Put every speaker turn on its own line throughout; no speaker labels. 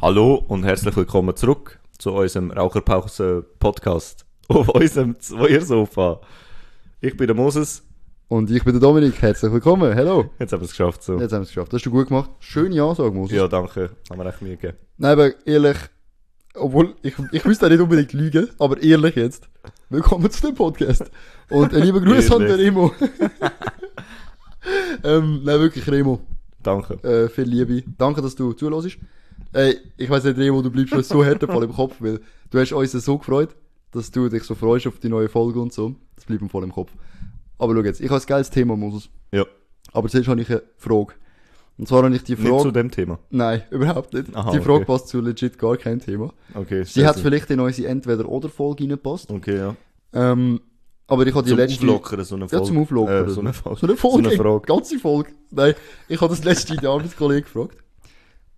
Hallo und herzlich willkommen zurück zu unserem Raucherpause-Podcast auf unserem Zweiersofa. Ich bin der Moses.
Und ich bin der Dominik, herzlich willkommen, hello.
Jetzt haben wir es geschafft. So.
Jetzt haben wir es geschafft, das hast du gut gemacht. Schöne Ansage, Moses.
Ja, danke. Haben wir echt Mühe gegeben.
Nein, aber ehrlich, obwohl, ich, ich müsste da nicht unbedingt lügen, aber ehrlich jetzt, willkommen zu dem Podcast. Und einen lieben Grüß an den
Ehrlich.
Remo. ähm, nein, wirklich, Remo,
Danke.
äh, viel Liebe. Danke, dass du zuhörst. Ey, ich weiss nicht, Remo, du bleibst mir so härtervoll im Kopf, weil du hast uns so gefreut, dass du dich so freust auf die neue Folge und so. Das bleibt mir voll im Kopf. Aber schau jetzt, ich habe ein geiles Thema, Moses.
Ja,
Aber zuerst habe ich eine Frage. Und zwar habe ich die
nicht zu
Frage.
dem Thema.
Nein, überhaupt nicht.
Aha,
die Frage
okay.
passt zu legit gar kein Thema.
Okay,
Sie hat
sie.
vielleicht in unsere Entweder-Oder-Folge reingepasst.
Okay, ja.
Ähm, aber ich habe die
zum
letzte.
Auflockern, so eine
Ja,
Folge.
zum Auflockern.
Äh, so eine Folge.
So eine Folge.
So eine Frage.
Ganze Folge. Nein, ich habe das letzte Jahr mit Kollegen gefragt.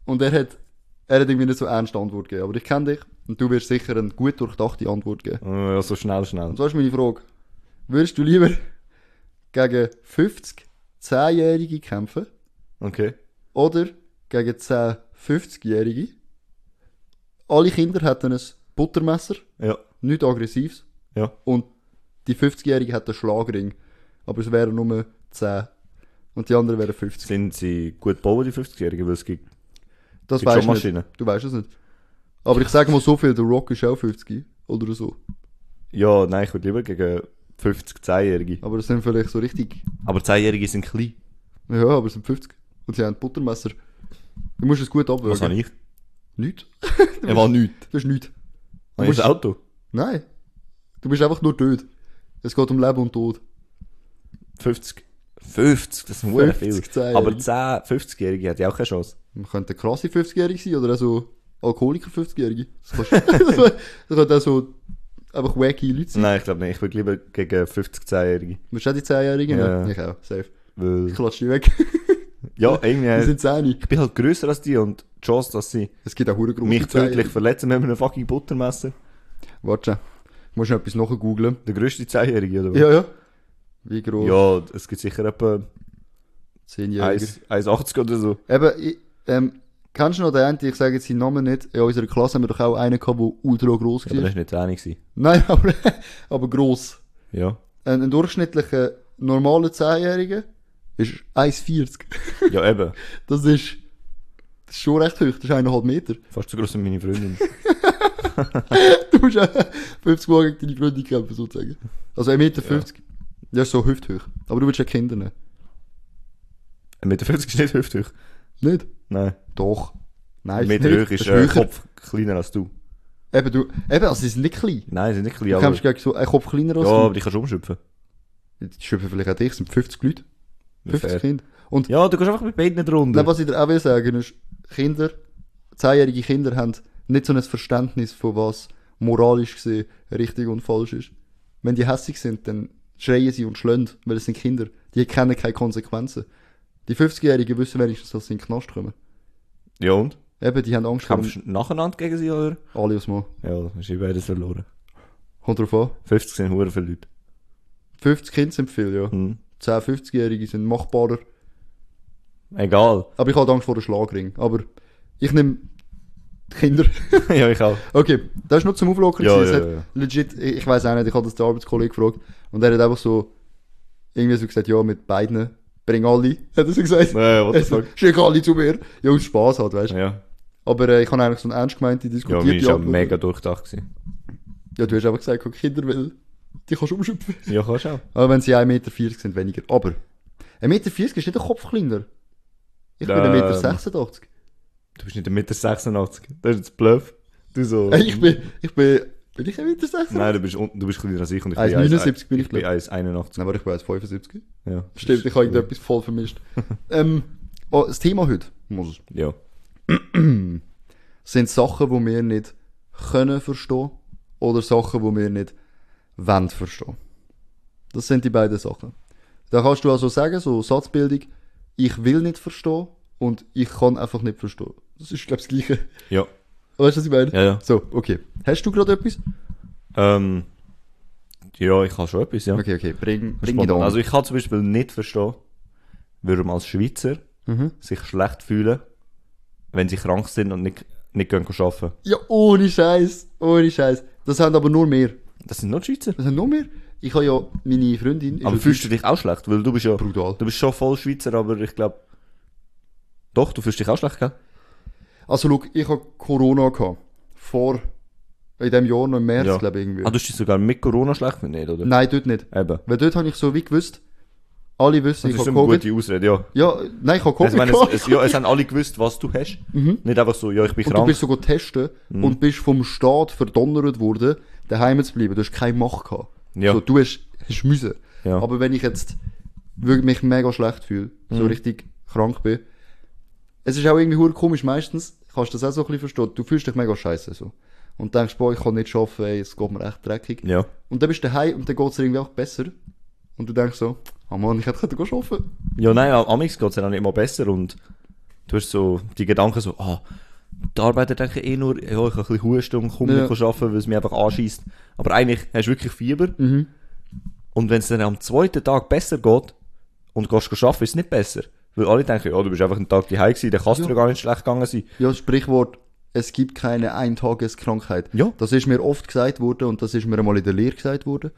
Und er hat, er hat irgendwie nicht so ernste Antwort gegeben. Aber ich kenne dich und du wirst sicher eine gut durchdachte Antwort geben.
Äh, Ja, so schnell, schnell.
Und so ist meine Frage. Würdest du lieber gegen 50 10-Jährige kämpfen?
Okay.
Oder gegen 10, 50-Jährige. Alle Kinder hätten ein Buttermesser,
Ja,
nichts Aggressives.
ja.
Und die 50-Jährige hätten einen Schlagring. Aber es wären nur 10. Und die anderen wären 50.
Sind sie gut gebaut, die 50-Jährigen? Weil es gibt...
Das
Gibt schon
weißt du
Maschinen?
nicht. Du weißt es nicht. Aber ich sage mal so viel, der Rock ist auch 50 oder so.
Ja, nein, ich würde lieber gegen 50, 10-Jährige.
Aber das sind vielleicht so richtig.
Aber 10-Jährige sind klein.
Ja, aber es sind 50. Und sie haben Buttermesser. Du musst es gut abwägen.
Was habe ich?
Nichts.
Ich war nichts.
Das ist nichts.
Habe ich ein Auto?
Nein. Du bist einfach nur tot. Es geht um Leben und Tod.
50. 50, das ist ein
50,
viel.
10-Jährige.
Aber 10, 50-Jährige hat ja auch keine Chance.
Man könnte eine krasse 50-Jährige sein oder auch so Alkoholiker 50-Jährige. Das, kannst- das könnte auch so einfach wacky Leute sein.
Nein, ich glaube nicht. Ich würde lieber gegen 50, 10-Jährige.
Willst du auch die 10-Jährigen?
Ja.
nehmen? Ich auch, safe. Ich
Weil...
klatsch die weg.
Ja, irgendwie...
Die
äh,
sind 10.
Ich bin halt grösser als die und die Chance, dass sie
Es gibt auch hure große
mich tödlich
10-Jährige.
verletzen mit einem fucking Buttermesser.
Warte schon. Ich muss noch etwas nachher googeln.
Der grösste 10-Jährige, oder was?
Ja, ja. Wie groß?
Ja, es gibt sicher etwa
10-Jährige.
1 1,80 oder so.
Eben, ich, ähm, kennst du noch den einen, ich sage jetzt seinen Namen nicht, in unserer Klasse haben wir doch auch einen gehabt, der ultra gross
Aber
war.
das war nicht einig. gewesen.
Nein, aber, aber gross.
Ja.
Ein, ein durchschnittlicher, normaler 10-Jähriger ist 1,40.
Ja, eben.
Das ist, das ist schon recht hoch, das ist eineinhalb Meter.
Fast so groß wie meine Freundin.
Du musst auch 50 Mal gegen deine Freundin kämpfen, sozusagen. Also 1,50 Meter. Ja, ist so hüfthoch. Aber du willst ja Kinder nehmen.
Mit der 50 ist nicht hüftig.
Nicht?
Nein.
Doch. Nein,
Mit der
nicht.
Höhe
Das
ist äh,
höher.
Kopf kleiner als du.
Eben, du, eben, also sie sind nicht klein.
Nein, sie sind nicht klein,
Du
aber...
kämpfst gegen so einen Kopf kleiner als
ja, aber
du.
die kannst du umschöpfen.
Die schöpfen vielleicht auch dich, es sind 50 Leute. 50
Fair.
Kinder. Und
Ja, du kannst einfach mit beiden drunter.
Nein, was ich dir auch will sagen ist, Kinder, 10-jährige Kinder haben nicht so ein Verständnis von was moralisch gesehen richtig und falsch ist. Wenn die hässig sind, dann schreien sie und schlönd, weil es sind Kinder. Die kennen keine Konsequenzen. Die 50-Jährigen wissen wenigstens, dass sie in den Knast kommen.
Ja und?
Eben, die haben Angst vor
Kämpfst du nacheinander gegen sie, oder?
alle aufs Mal.
Ja, dann hast du beides verloren.
Kommt drauf an.
50 sind hure viele Leute.
50 Kinder sind viel, ja.
Hm.
10, 50-Jährige sind machbarer.
Egal.
Aber ich habe Angst vor einem Schlagring. Aber ich nehme die Kinder.
ja, ich auch.
Okay, das ist nur zum Auflockern.
Ja,
gewesen.
ja,
Es hat
ja.
Legit, ich ich weiß auch nicht, ich habe das den Arbeitskollegen gefragt und er hat einfach so irgendwie so gesagt, ja, mit beiden, bring alle, hat er so gesagt.
Äh, what the
Also,
fuck?
Schick alle zu mir. Ja, und Spaß hat, weißt du.
Ja.
Aber äh, ich habe eigentlich so eine ernst gemeinte
Ja,
diskutierte
meine ist auch
Antwort.
mega durchdacht gewesen.
Ja, du hast einfach gesagt, guck, Kinder, weil die kannst du umschöpfen.
Ja, kannst auch.
Aber wenn sie 1,40 Meter sind, weniger. Aber 1,40 Meter ist nicht ein Kopf kleiner. Ich bin
Ähm.
1,86 Meter. 86.
Du bist nicht 1,86 Meter. 86. Das ist jetzt Bluff. Du so...
Äh, Ich bin, ich bin, bin ich 1,86 Meter? 86?
Nein, du bist, unten- du bist kleiner als ich und ich
1,79 bin ich,
ich bin
glaub.
1,81.
Aber ich bin 1,75.
Ja.
Stimmt, ich habe irgendetwas voll vermisst. ähm, oh, das Thema heute muss,
Ja.
sind Sachen, die wir nicht können verstehen oder Sachen, die wir nicht wollen verstehen. Das sind die beiden Sachen. Da kannst du also sagen, so Satzbildung, ich will nicht verstehen und ich kann einfach nicht verstehen. Das ist, glaube ich, das Gleiche.
Ja.
Weißt du, was ich meine?
Ja, ja.
So, okay. Hast du gerade etwas?
Ähm, ja, ich habe schon etwas, ja.
Okay, okay, bring, bring
Spannend.
it on.
Also ich kann zum Beispiel nicht verstehen, warum als Schweizer
mhm.
sich schlecht fühlen, wenn sie krank sind und nicht nicht gehen arbeiten.
Ja, ohne Scheiß, ohne Scheiß. Das haben aber nur mehr.
Das sind nur die Schweizer.
Das haben nur mehr. Ich habe ja meine Freundin. ist
Aber
ja
fühlst du dich auch schlecht? Weil du bist ja.
Deutsch. brutal?
Du bist schon voll Schweizer, aber ich glaube. Doch, du fühlst dich auch schlecht, gell?
Also, schau, ich habe Corona gehabt. Vor. in diesem Jahr noch im März,
Ja.
glaube ich, irgendwie.
Ah, du hast dich sogar mit Corona schlecht gefühlt, nicht, oder?
Nein, dort nicht.
Eben.
Weil dort habe ich so wie gewusst, alle
Das
wissen, ich
ist
habe
eine
Covid.
gute Ausrede, ja.
Ja, nein, ich habe Covid.
Also, wenn
gehabt.
es, es, ja, es haben alle gewusst, was du hast. Nicht einfach so, ja, ich bin
Mhm. und du
krank.
bist sogar testen
Mhm.
und bist vom Staat verdonnert worden, daheim zu bleiben. Du hast keine Macht gehabt.
Ja.
So, du hast, hast müssen.
Ja.
Aber wenn ich jetzt wirklich mich mega schlecht fühle,
Mhm.
so richtig krank bin, es ist auch irgendwie hure komisch. Meistens kannst du das auch so ein bisschen verstehen. Du fühlst dich mega scheiße so. Und denkst, boah, ich kann nicht arbeiten, ey, es geht mir echt dreckig.
Ja.
Und dann bist du daheim und dann geht es irgendwie auch besser. Und du denkst so, ah Mann, ich hätte können gehen arbeiten
Ja, nein, am Amix geht es dann immer besser und du hast so die Gedanken so, ah, die Arbeiter denken eh nur, ja, ich habe ein bisschen Husten und komme
Ja.
nicht arbeiten, weil es mich einfach anschießt. Aber eigentlich hast du wirklich Fieber.
Mhm.
Und wenn es dann am zweiten Tag besser geht und du gehst arbeiten, ist es nicht besser. Weil alle denken, ja, du bist einfach einen Tag daheim gewesen, dann kann es
Ja.
dir gar nicht schlecht gegangen sein.
Ja, das Sprichwort, es gibt keine Eintageskrankheit.
Ja.
Das ist mir oft gesagt worden und das ist mir einmal in der Lehre gesagt worden.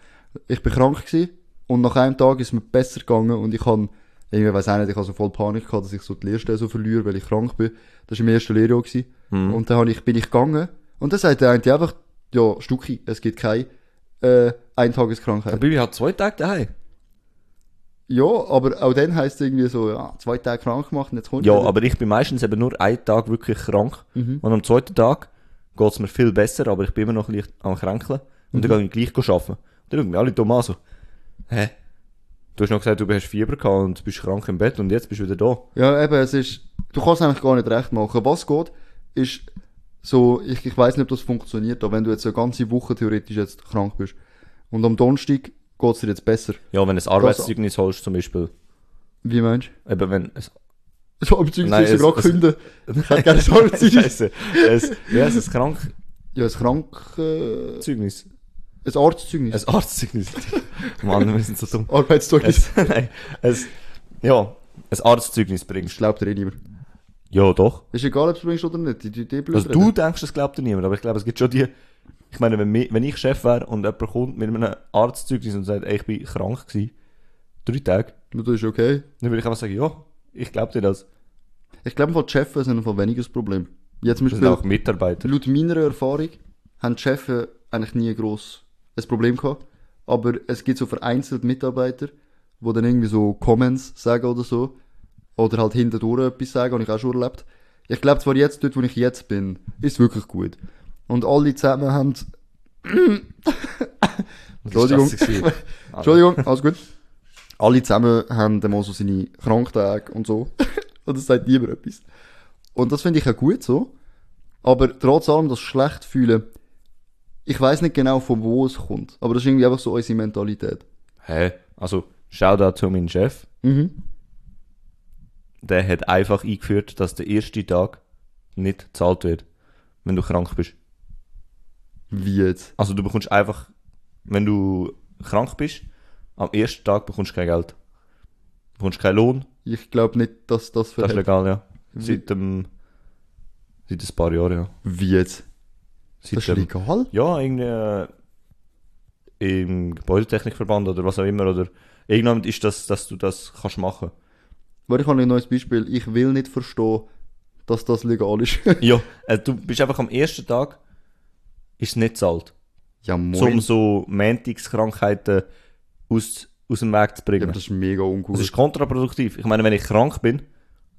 Ich bin krank gewesen und nach einem Tag ist es mir besser gegangen und ich habe, irgendwie weiß auch nicht, ich habe so voll Panik gehabt, dass ich so die Lehrstelle so verliere, weil ich krank bin. Das war im ersten Lehrjahr gewesen.
Mhm.
Und dann hab ich, bin ich gegangen und dann sagt der eine einfach, ja, Stucki, es gibt keine äh,
Der
Eintageskrankheit.
Bibi hat zwei Tage daheim.
Ja, aber auch dann heisst es irgendwie so, ja, zwei Tage krank gemacht und jetzt kommt
Ja,
wieder.
aber ich bin meistens eben nur einen Tag wirklich krank. Und am zweiten Tag geht es mir viel besser, aber ich bin immer noch ein bisschen am Kränkeln. Und dann gehe ich gleich arbeiten. Und dann schauen mich alle dumm an, so, hä? Du hast noch gesagt, du hast Fieber gehabt und bist krank im Bett und jetzt bist du wieder da.
Ja, eben, es ist, du kannst es eigentlich gar nicht recht machen. Was geht, ist so, ich, ich weiß nicht, ob das funktioniert, aber wenn du jetzt eine ganze Woche theoretisch jetzt krank bist und am Donnerstag geht es dir jetzt besser.
Ja, wenn du ein Arbeitszeugnis holst zum Beispiel.
Wie meinst
Eben wenn es...
du? So,
Nein,
beziehungsweise ist er
es-
gerade
es-
gekündigt. Ich hätte gerne so ein
Scheisse. es Wie heißt es? Krankzeugnis?
Ja, ein krank, äh, ein Arztzeugnis.
Ein Arztzeugnis? Mann, wir sind so dumm.
Arbeitszeugnis.
Es, nein, es, ja, ein Arztzeugnis
Das
bringst du.
glaubt dir eh niemand.
Ja, doch.
Ist egal, ob du es bringst oder nicht. Die, die, die blöd
Also du denkst, das glaubt dir niemand, aber ich glaube, es gibt schon die... Ich meine, wenn, mi- wenn ich Chef wäre und jemand kommt mit einem Arztzeugnis und sagt, ey, ich bin krank gewesen, drei Tage,
reden. Das ist okay.
dann würde ich einfach sagen, ja, ich glaube dir das.
Ich glaube, im Fall die Chefs sind einfach weniger das Problem. Jetzt zum
Das sind
Beispiel,
auch Mitarbeiter.
Laut meiner Erfahrung haben die Chefs eigentlich nie gross ein Problem gehabt. Aber es gibt so vereinzelt Mitarbeiter, die dann irgendwie so Comments sagen oder so. Oder halt hintendurch etwas sagen, habe ich auch schon erlebt. Ich glaube zwar jetzt, dort wo ich jetzt bin, ist wirklich gut. Und alle zusammen haben...
Was ist
Entschuldigung.
das gewesen?
Entschuldigung, alles gut. Alle zusammen haben dann mal so seine Kranktage und so. und das sagt niemand etwas. Und das finde ich auch gut so. Aber trotz allem das schlecht fühlen, ich weiß nicht genau, von wo es kommt. Aber das ist irgendwie einfach so unsere Mentalität.
Hä? Also, Shoutout zu meinem Chef.
Mhm.
Der hat einfach eingeführt, dass der erste Tag nicht gezahlt wird, wenn du krank bist.
Wie jetzt?
Also du bekommst einfach, wenn du krank bist, am ersten Tag bekommst du kein Geld. Du bekommst keinen Lohn,
Ich glaube nicht, dass das
das ist
verhält.
legal, ja. Seit dem, seit ein paar Jahren, ja.
Wie jetzt?
Seit
Das ist
dem,
legal?
ja, irgendwie äh, im Gebäudetechnikverband oder was auch immer, oder irgendwann ist das, dass du das kannst machen.
Warte, ich habe ein neues Beispiel. Ich will nicht verstehen, dass das legal ist.
ja, also du bist einfach am ersten Tag, ist es nicht zahlt.
ja, moin.
Um so Mäntigskrankheiten aus, aus dem Weg zu
Ja, aber
bringen.
das ist mega uncool.
Das ist kontraproduktiv. Ich meine, wenn ich krank bin,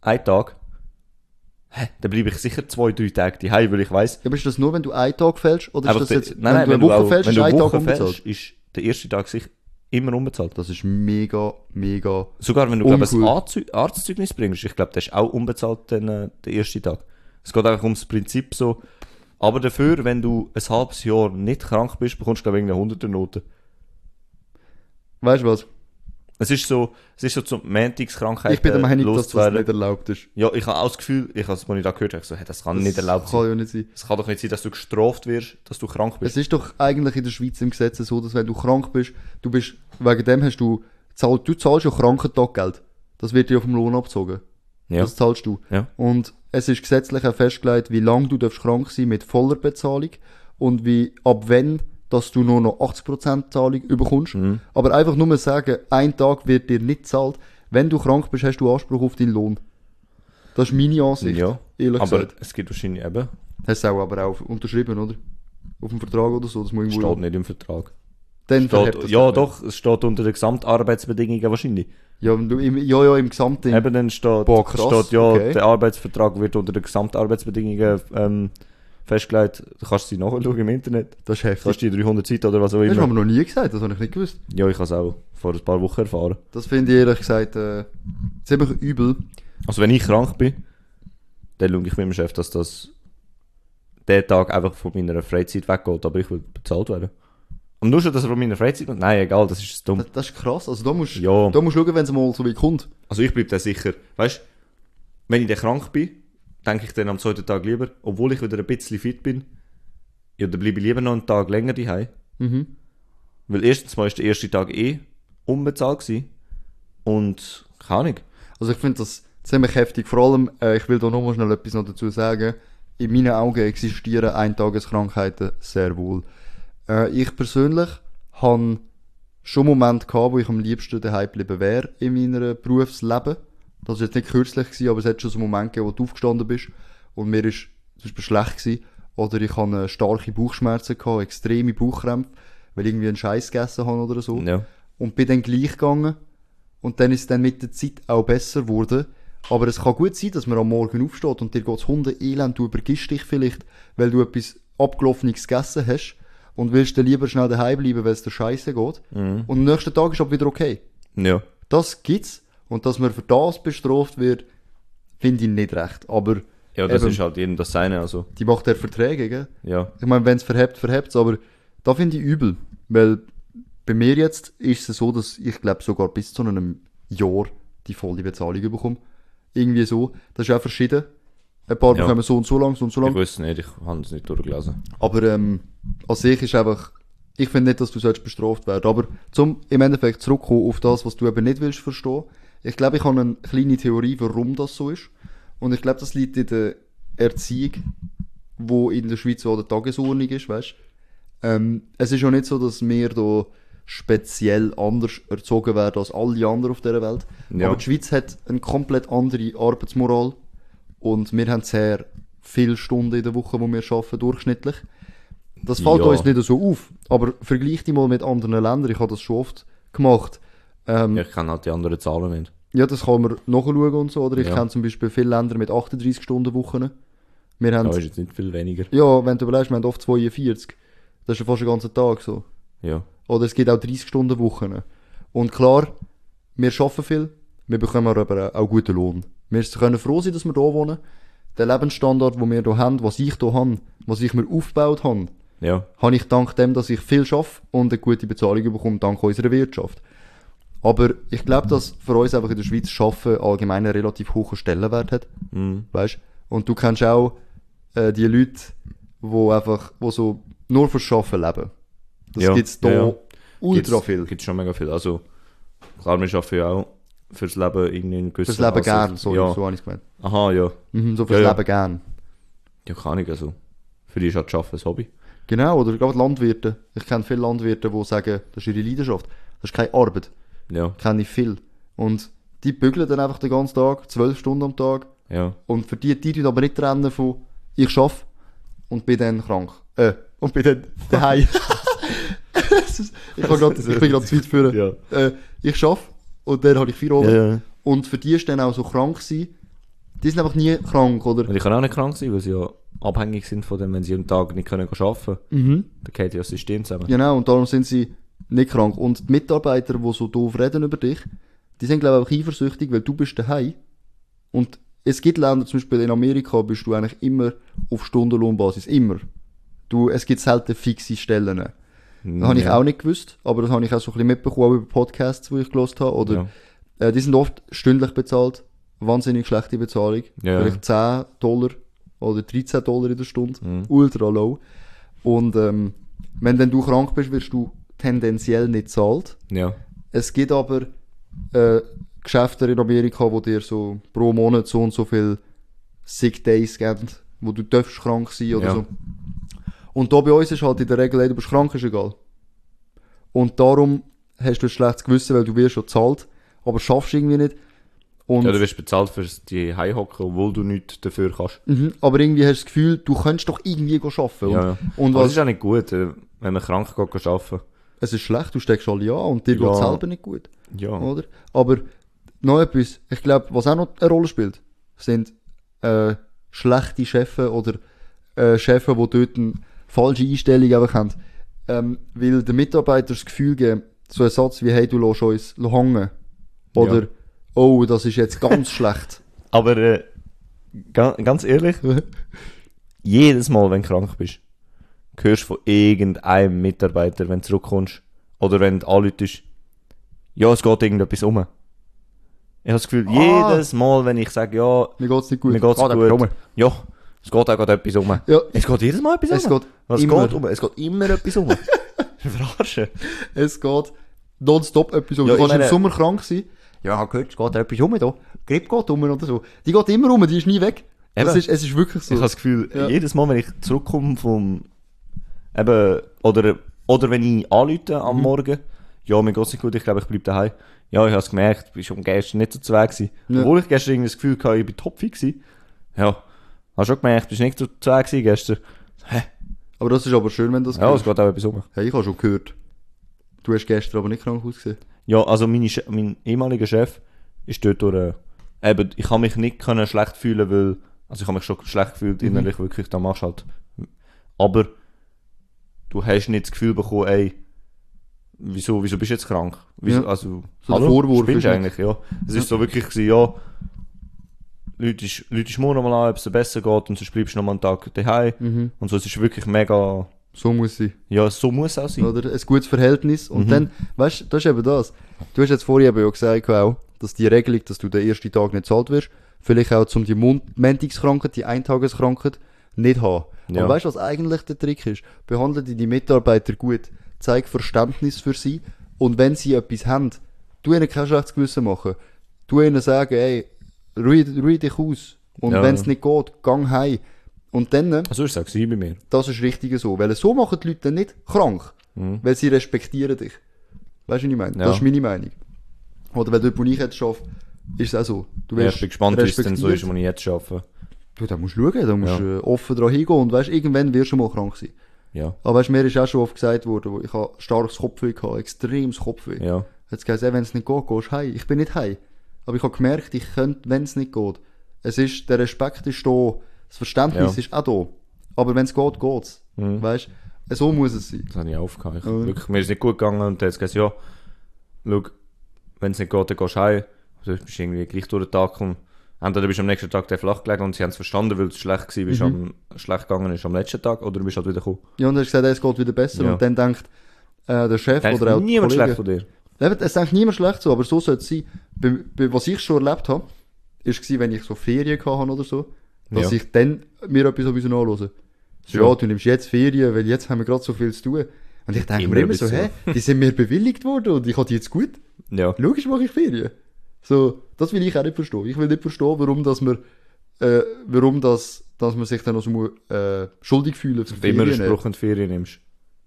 einen Tag, hä, dann bleibe ich sicher zwei, drei Tage daheim, weil ich weiss,
Ja, aber ist das nur, wenn du einen Tag fällst? Oder
einfach
ist das
der-
jetzt,
nein, nein,
wenn du eine Woche
auch-
fällst,
wenn
ist
du
ein
eine
Tag
Woche
unbezahlt?
fällst, ist der erste Tag sicher immer unbezahlt.
Das ist mega, mega.
Sogar wenn du glaub, ein
Uncool.
Arztzeug- Arztzeugnis bringst, ich glaube, das ist auch unbezahlt den, äh, den ersten Tag. Es geht einfach ums Prinzip so. Aber dafür, wenn du ein halbes Jahr nicht krank bist, bekommst du glaube ich eine 100er Note.
Weißt du was?
Es ist so, es ist so zum Mäntigskrankheit
Ich bin der Meinung, dass das
loszuwerden.
nicht erlaubt ist.
Ja, ich habe auch das Gefühl, ich habe es, als ich da gehört habe, ich so, hey, das kann nicht erlaubt
das
sein.
kann ja nicht sein.
Es kann doch nicht sein, dass du gestraft wirst, dass du krank bist.
Es ist doch eigentlich in der Schweiz im Gesetz so, dass wenn du krank bist, du bist, wegen dem hast du, zahl, du zahlst ja Krankentaggeld. Das wird dir auf dem Lohn abgezogen.
Ja.
Das zahlst du.
Ja.
Und es ist gesetzlich auch festgelegt, wie lange du darfst krank sein mit voller Bezahlung und wie ab wann, dass du nur noch 80% Zahlung überkommst.
Mhm.
Aber einfach nur sagen, ein Tag wird dir nicht gezahlt. Wenn du krank bist, hast du Anspruch auf deinen Lohn. Das ist meine Ansicht,
ja.
ehrlich
aber
gesagt.
es gibt wahrscheinlich eben,
Hast du auch aber auch unterschrieben, oder? Auf dem Vertrag oder so, das muss irgendwo...
steht nicht im Vertrag.
Dann verhebt
Steht,
das
ja,
nicht.
doch, es steht unter den Gesamtarbeitsbedingungen wahrscheinlich.
Ja, wenn du im, ja, ja, im Gesamtding.
Eben dann steht,
Hm. Boah, krass,
steht ja,
okay.
der Arbeitsvertrag wird unter den Gesamtarbeitsbedingungen ähm, festgelegt. Du kannst sie nachschauen im Internet.
Das ist
Du
heftig.
kannst die 300 Seiten oder was auch
Das haben
immer.
wir noch nie gesagt, das habe ich nicht gewusst.
Ja, ich habe es auch vor ein paar Wochen erfahren.
Das finde ich ehrlich gesagt äh, ziemlich übel.
Also wenn ich krank bin, dann schaue ich meinem Chef, dass das der Tag einfach von meiner Freizeit weggeht, aber ich will bezahlt werden. Und nur schon, dass er von meiner Freizeit... Nein, egal, das ist dumm.
Das, das ist krass. Also da musst du
Ja.
da musst du schauen, wenn es mal so weit kommt.
Also ich bleibe da sicher. Weißt wenn ich dann krank bin, denke ich dann am zweiten Tag lieber, obwohl ich wieder ein bisschen fit bin, ja, dann bleibe ich lieber noch einen Tag länger daheim.
Mhm.
Weil erstens mal ist der erste Tag eh unbezahlt gewesen. Und keine Ahnung.
Also ich finde das ziemlich heftig. Vor allem, äh, ich will da nochmal schnell etwas noch dazu sagen. In meinen Augen existieren Eintageskrankheiten sehr wohl. Äh, ich persönlich habe schon Momente gehabt, wo ich am liebsten daheim geblieben wäre in meinem Berufsleben. Das war jetzt nicht kürzlich, gewesen, aber es hat schon so Momente gegeben, wo du aufgestanden bist und mir ist zum Beispiel schlecht gewesen. Oder ich hatte äh, starke Bauchschmerzen, gehabt, extreme Bauchkrämpfe, weil ich irgendwie einen Scheiß gegessen habe oder so.
Ja.
Und bin dann gleich gegangen. Und dann ist es dann mit der Zeit auch besser geworden. Aber es kann gut sein, dass man am Morgen aufsteht und dir geht's Hunde elend, du übergibst dich vielleicht, weil du etwas Abgelaufenes gegessen hast und willst dann lieber schnell daheim bleiben, weil es dir scheiße geht.
Mhm.
Und am nächsten Tag ist aber wieder okay.
Ja.
Das gibt's. Und dass man für das bestraft wird, finde ich nicht recht. Aber
Ja, das
eben,
ist halt jedem das Seine, also.
die macht der Verträge, gell?
Ja.
Ich meine, wenn's verhebt, verhebt's, aber da finde ich übel. Weil bei mir jetzt ist es so, dass ich glaube sogar bis zu einem Jahr die volle Bezahlung bekomme. Irgendwie so. Das ist auch verschieden. Ein paar
Ja.
bekommen so und so lang, so und so
Ich
lang.
weiß nicht, ich habe es nicht durchgelesen.
Aber ähm, an sich ist einfach, ich finde nicht, dass du sollst bestraft werden. Aber zum im Endeffekt zurückkommen auf das, was du eben nicht willst verstehen. Ich glaube, ich habe eine kleine Theorie, warum das so ist. Und ich glaube, das liegt in der Erziehung, wo in der Schweiz so an der Tagesordnung ist, weißt? Ähm, es ist ja nicht so, dass wir da speziell anders erzogen werden als alle anderen auf dieser Welt.
Ja.
Aber die Schweiz hat eine komplett andere Arbeitsmoral und wir haben sehr viele Stunden in der Woche, wo wir arbeiten, durchschnittlich. Das fällt
Ja.
uns nicht so auf, aber vergleich die mal mit anderen Ländern, ich habe das schon oft gemacht. Ähm,
Ja,
ja.
Ich kann halt die anderen Zahlen nicht.
das kann man nachschauen und so, oder ich
Ja.
kenne zum Beispiel viele Länder mit 38 Stunden Wochen. Wir haben,
Da ist jetzt nicht viel weniger.
ja, wenn du überlegst, wir haben oft 42. Das ist ja fast den ganzen Tag so.
Ja.
Oder es gibt auch 30-Stunden-Wochen. Und klar, wir arbeiten viel, wir bekommen aber auch guten Lohn. Wir können froh sein, dass wir hier wohnen. Der Lebensstandard, den wir hier haben, was ich hier habe, was ich mir aufgebaut habe,
Ja.
habe ich dank dem, dass ich viel schaffe und eine gute Bezahlung bekomme, dank unserer Wirtschaft. Aber ich glaube, dass für uns einfach in der Schweiz Schaffen allgemein einen relativ hohen Stellenwert hat.
Mhm.
Weißt? Und du kennst auch äh, die Leute, die einfach wo so nur fürs Schaffen leben. Das
Ja,
gibt's da
ja, ja.
ultra
gibt's,
viel.
Gibt schon mega viel. Also, klar, wir arbeiten ja auch fürs Leben irgendwie in gewissen
Fürs Leben
Maße.
gern, so,
also, ja.
so habe ich gemeint.
Aha, ja.
Mhm, so fürs
Ja, ja.
Leben gern.
Ja, kann ich also. Für die ist halt Arbeiten ein Hobby.
Genau, oder gerade Landwirte. Ich kenne viele Landwirte, die sagen, das ist ihre Leidenschaft. Das ist keine Arbeit.
Ja,
kenne ich viel. Und die bügeln dann einfach den ganzen Tag, zwölf Stunden am Tag.
ja.
Und für die, die tun aber nicht trennen von, ich schaffe und bin dann krank. Äh, und bin dann daheim. Es ist- ich, kann grad, ich bin gerade zu weit führen. Äh, ich schaffe und dann habe ich vier Ohren.
Ja, ja.
Und für die ist dann auch so krank sein. Die sind einfach nie krank, oder?
Und ich kann auch nicht krank sein, weil sie ja abhängig sind von dem, wenn sie am Tag nicht können gehen arbeiten können.
Mhm.
Dann geht ja das System zusammen.
Genau, und darum sind sie nicht krank. Und die Mitarbeiter, die so doof reden über dich, die sind, glaube ich, auch eifersüchtig, weil du bist daheim. Und es gibt Länder, zum Beispiel in Amerika, bist du eigentlich immer auf Stundenlohnbasis. Immer. Du, es gibt selten fixe Stellen. Das habe ich auch nicht gewusst, aber das habe ich auch so ein bisschen mitbekommen auch über Podcasts, die ich gelost habe. Oder,
Ja.
äh, die sind oft stündlich bezahlt. Wahnsinnig schlechte Bezahlung.
Ja.
Vielleicht 10 Dollar oder 13 Dollar in der Stunde.
Mhm.
Ultra low. Und ähm, wenn dann du krank bist, wirst du tendenziell nicht zahlt.
Ja.
Es gibt aber äh, Geschäfte in Amerika, wo dir so pro Monat so und so viel Sick Days geben, wo du darfst krank sein oder
Ja.
so. Und da bei uns ist halt in der Regel, hey, du bist krank, ist egal. Und darum hast du ein schlechtes Gewissen, weil du wirst schon bezahlt, aber schaffst irgendwie nicht. Und
Ja, du wirst bezahlt für die Heimhocken, obwohl du nichts dafür kannst.
Mhm, aber irgendwie hast du das Gefühl, du könntest doch irgendwie go arbeiten.
Ja, ja.
Und, und
Aber es
was,
ist auch nicht gut, äh, wenn man krank geht, geht arbeiten.
es ist schlecht, du steckst alle an und dir
Ja.
geht's selber nicht gut.
Ja.
Oder? Aber noch etwas, ich glaube, was auch noch eine Rolle spielt, sind äh, schlechte Chefs oder äh, Chefs, die dort eine falsche Einstellung einfach haben. Ähm, weil den Mitarbeitern das Gefühl geben, so ein Satz wie «Hey, du lässt uns hängen» oder
Ja.
«Oh, das ist jetzt ganz schlecht».
Aber äh, ga ganz ehrlich, jedes Mal, wenn du krank bist, hörst du von irgendeinem Mitarbeiter, wenn du zurückkommst oder wenn du anläutest, ja, es geht irgendetwas um. Ich habe das Gefühl,
Ah.
jedes Mal, wenn ich sage, ja,
Mir geht's nicht gut.
mir geht's
Ah, da bin ich
gut,
rum.
ja, es geht auch gerade etwas um.
Ja,
Es geht jedes Mal etwas
Es
um.
geht
Was
immer.
geht um? Es geht immer etwas um. Verarschen.
Es geht nonstop etwas um.
Ja, ich
du kannst im
meine-
Sommer krank sein. Ja, ich hab gehört, es geht etwas um da. Grip geht um oder so. Die geht immer um, die ist nie weg.
Eben.
Das ist, es ist wirklich so.
Ich habe das Gefühl,
Ja.
jedes Mal, wenn ich zurückkomme vom, eben, oder, oder wenn ich anrufe
Mhm.
am Morgen, ja, mir geht's nicht gut, ich glaube, ich bleibe daheim. Ja, ich habe es gemerkt, ich war gestern nicht so zu weg. gewesen.
Ja.
Obwohl ich gestern irgendwie das Gefühl hatte, ich bin topfit gewesen. Ja, hast schon gemerkt, bist nicht so zu weg gewesen gestern.
aber das ist aber schön, wenn das
Ja, es
hörst.
geht auch etwas um.
Hey, ich habe schon gehört. Du hast gestern aber nicht krank ausgesehen.
Ja, also meine, Che- mein ehemaliger Chef ist dort durch, äh, eben, ich habe mich nicht können schlecht fühlen, weil, also ich habe mich schon schlecht gefühlt
Mhm.
innerlich, wirklich, da machst du halt. Aber du hast nicht das Gefühl bekommen, ey, wieso, wieso bist du jetzt krank? Wieso,
Ja.
Also,
So der Vorwurf
spinnst
ist
du eigentlich, ja. Es ist so wirklich gewesen, ja, Leute, ist- Leute ist morgen nochmal an, ob es dir besser geht und sonst bleibst du nochmal einen Tag daheim.
Mhm.
Und so, es ist wirklich mega,
So muss sie.
ja, so muss es auch sein. Mhm.
Oder ein gutes Verhältnis. Und dann, weißt du, das ist eben das. Du hast jetzt vorhin eben ja gesagt, auch, dass die Regelung, dass du den ersten Tag nicht zahlt wirst, vielleicht auch zum die Mon- Montagskrankheit, die Eintageskrankheit nicht haben.
Ja.
Aber weißt du, was eigentlich der Trick ist? Behandle die Mitarbeiter gut, zeig Verständnis für sie und wenn sie etwas haben, du ihnen kein schlechtes Gewissen machen. Du ihnen sagen, ey, ruhe, ruhe dich aus. Und
Ja.
wenn es nicht geht, gang heim. Und dann,
So ist es auch gewesen bei mir.
das ist richtig so. Weil so machen die Leute dann nicht krank. Weil sie respektieren dich. Weißt du, was ich meine?
Mhm. Ja.
Das ist meine Meinung. Oder wenn du, wo ich jetzt arbeite, ist es auch so. Du
Ja,
wirst
ich bin gespannt, wie es denn so ist,
respektiert.
wenn ich jetzt arbeite.
Du, da musst du schauen, da musst du äh, offen dran hingehen und weißt, irgendwann wirst du mal krank sein.
Ja.
Aber weißt, mir ist auch schon oft gesagt worden, wo ich habe starkes Kopfweh gehabt, extremes Kopfweh.
Ja.
Jetzt gesagt, wenn es nicht geht, gehst du heim. Ich bin nicht heim. Aber ich habe gemerkt, ich könnte, wenn es nicht geht. Es ist, der Respekt ist da, das Verständnis
Ja. Mhm.
ist auch da. Aber wenn es geht, geht's. Weißt, so muss es sein.
Das habe ich aufgehört. Ich, wirklich, mir ist nicht gut gegangen und dann hat es gesagt, ja, schau, wenn es nicht geht, dann gehst du heim. Also du bist irgendwie gleich durch den Tag gekommen. Entweder bist du am nächsten Tag dann flach gelegen und sie haben es verstanden, weil es schlecht war, bist
Mhm.
am, schlecht gegangen ist am letzten Tag oder du bist halt wieder gekommen.
Ja, und er hat gesagt, es geht wieder besser.
Ja.
Und dann denkt äh, der Chef
Denkt
oder auch die
niemand
Kollegen-
schlecht von dir.
Eben, Es denkt niemand schlecht so, aber so sollte es sein. Bei, bei, was ich schon erlebt habe, ist gewesen, wenn ich so Ferien hatte oder so, dass
Ja.
ich dann mir etwas an müssen anhören so,
Ja.
ja, du nimmst jetzt Ferien, weil jetzt haben wir gerade so viel zu tun. Und ich denke
Immer
mir immer
ein
so, hä,
bisschen.
die sind mir bewilligt worden und ich habe die jetzt gut.
Ja.
Logisch mache ich Ferien. So, das will ich auch nicht verstehen. Ich will nicht verstehen, warum, dass man, äh, warum das, dass man sich dann noch so mu- äh, schuldig fühlen für
Wenn du immer einen
nehmen.
Spruch in die Ferien nimmst.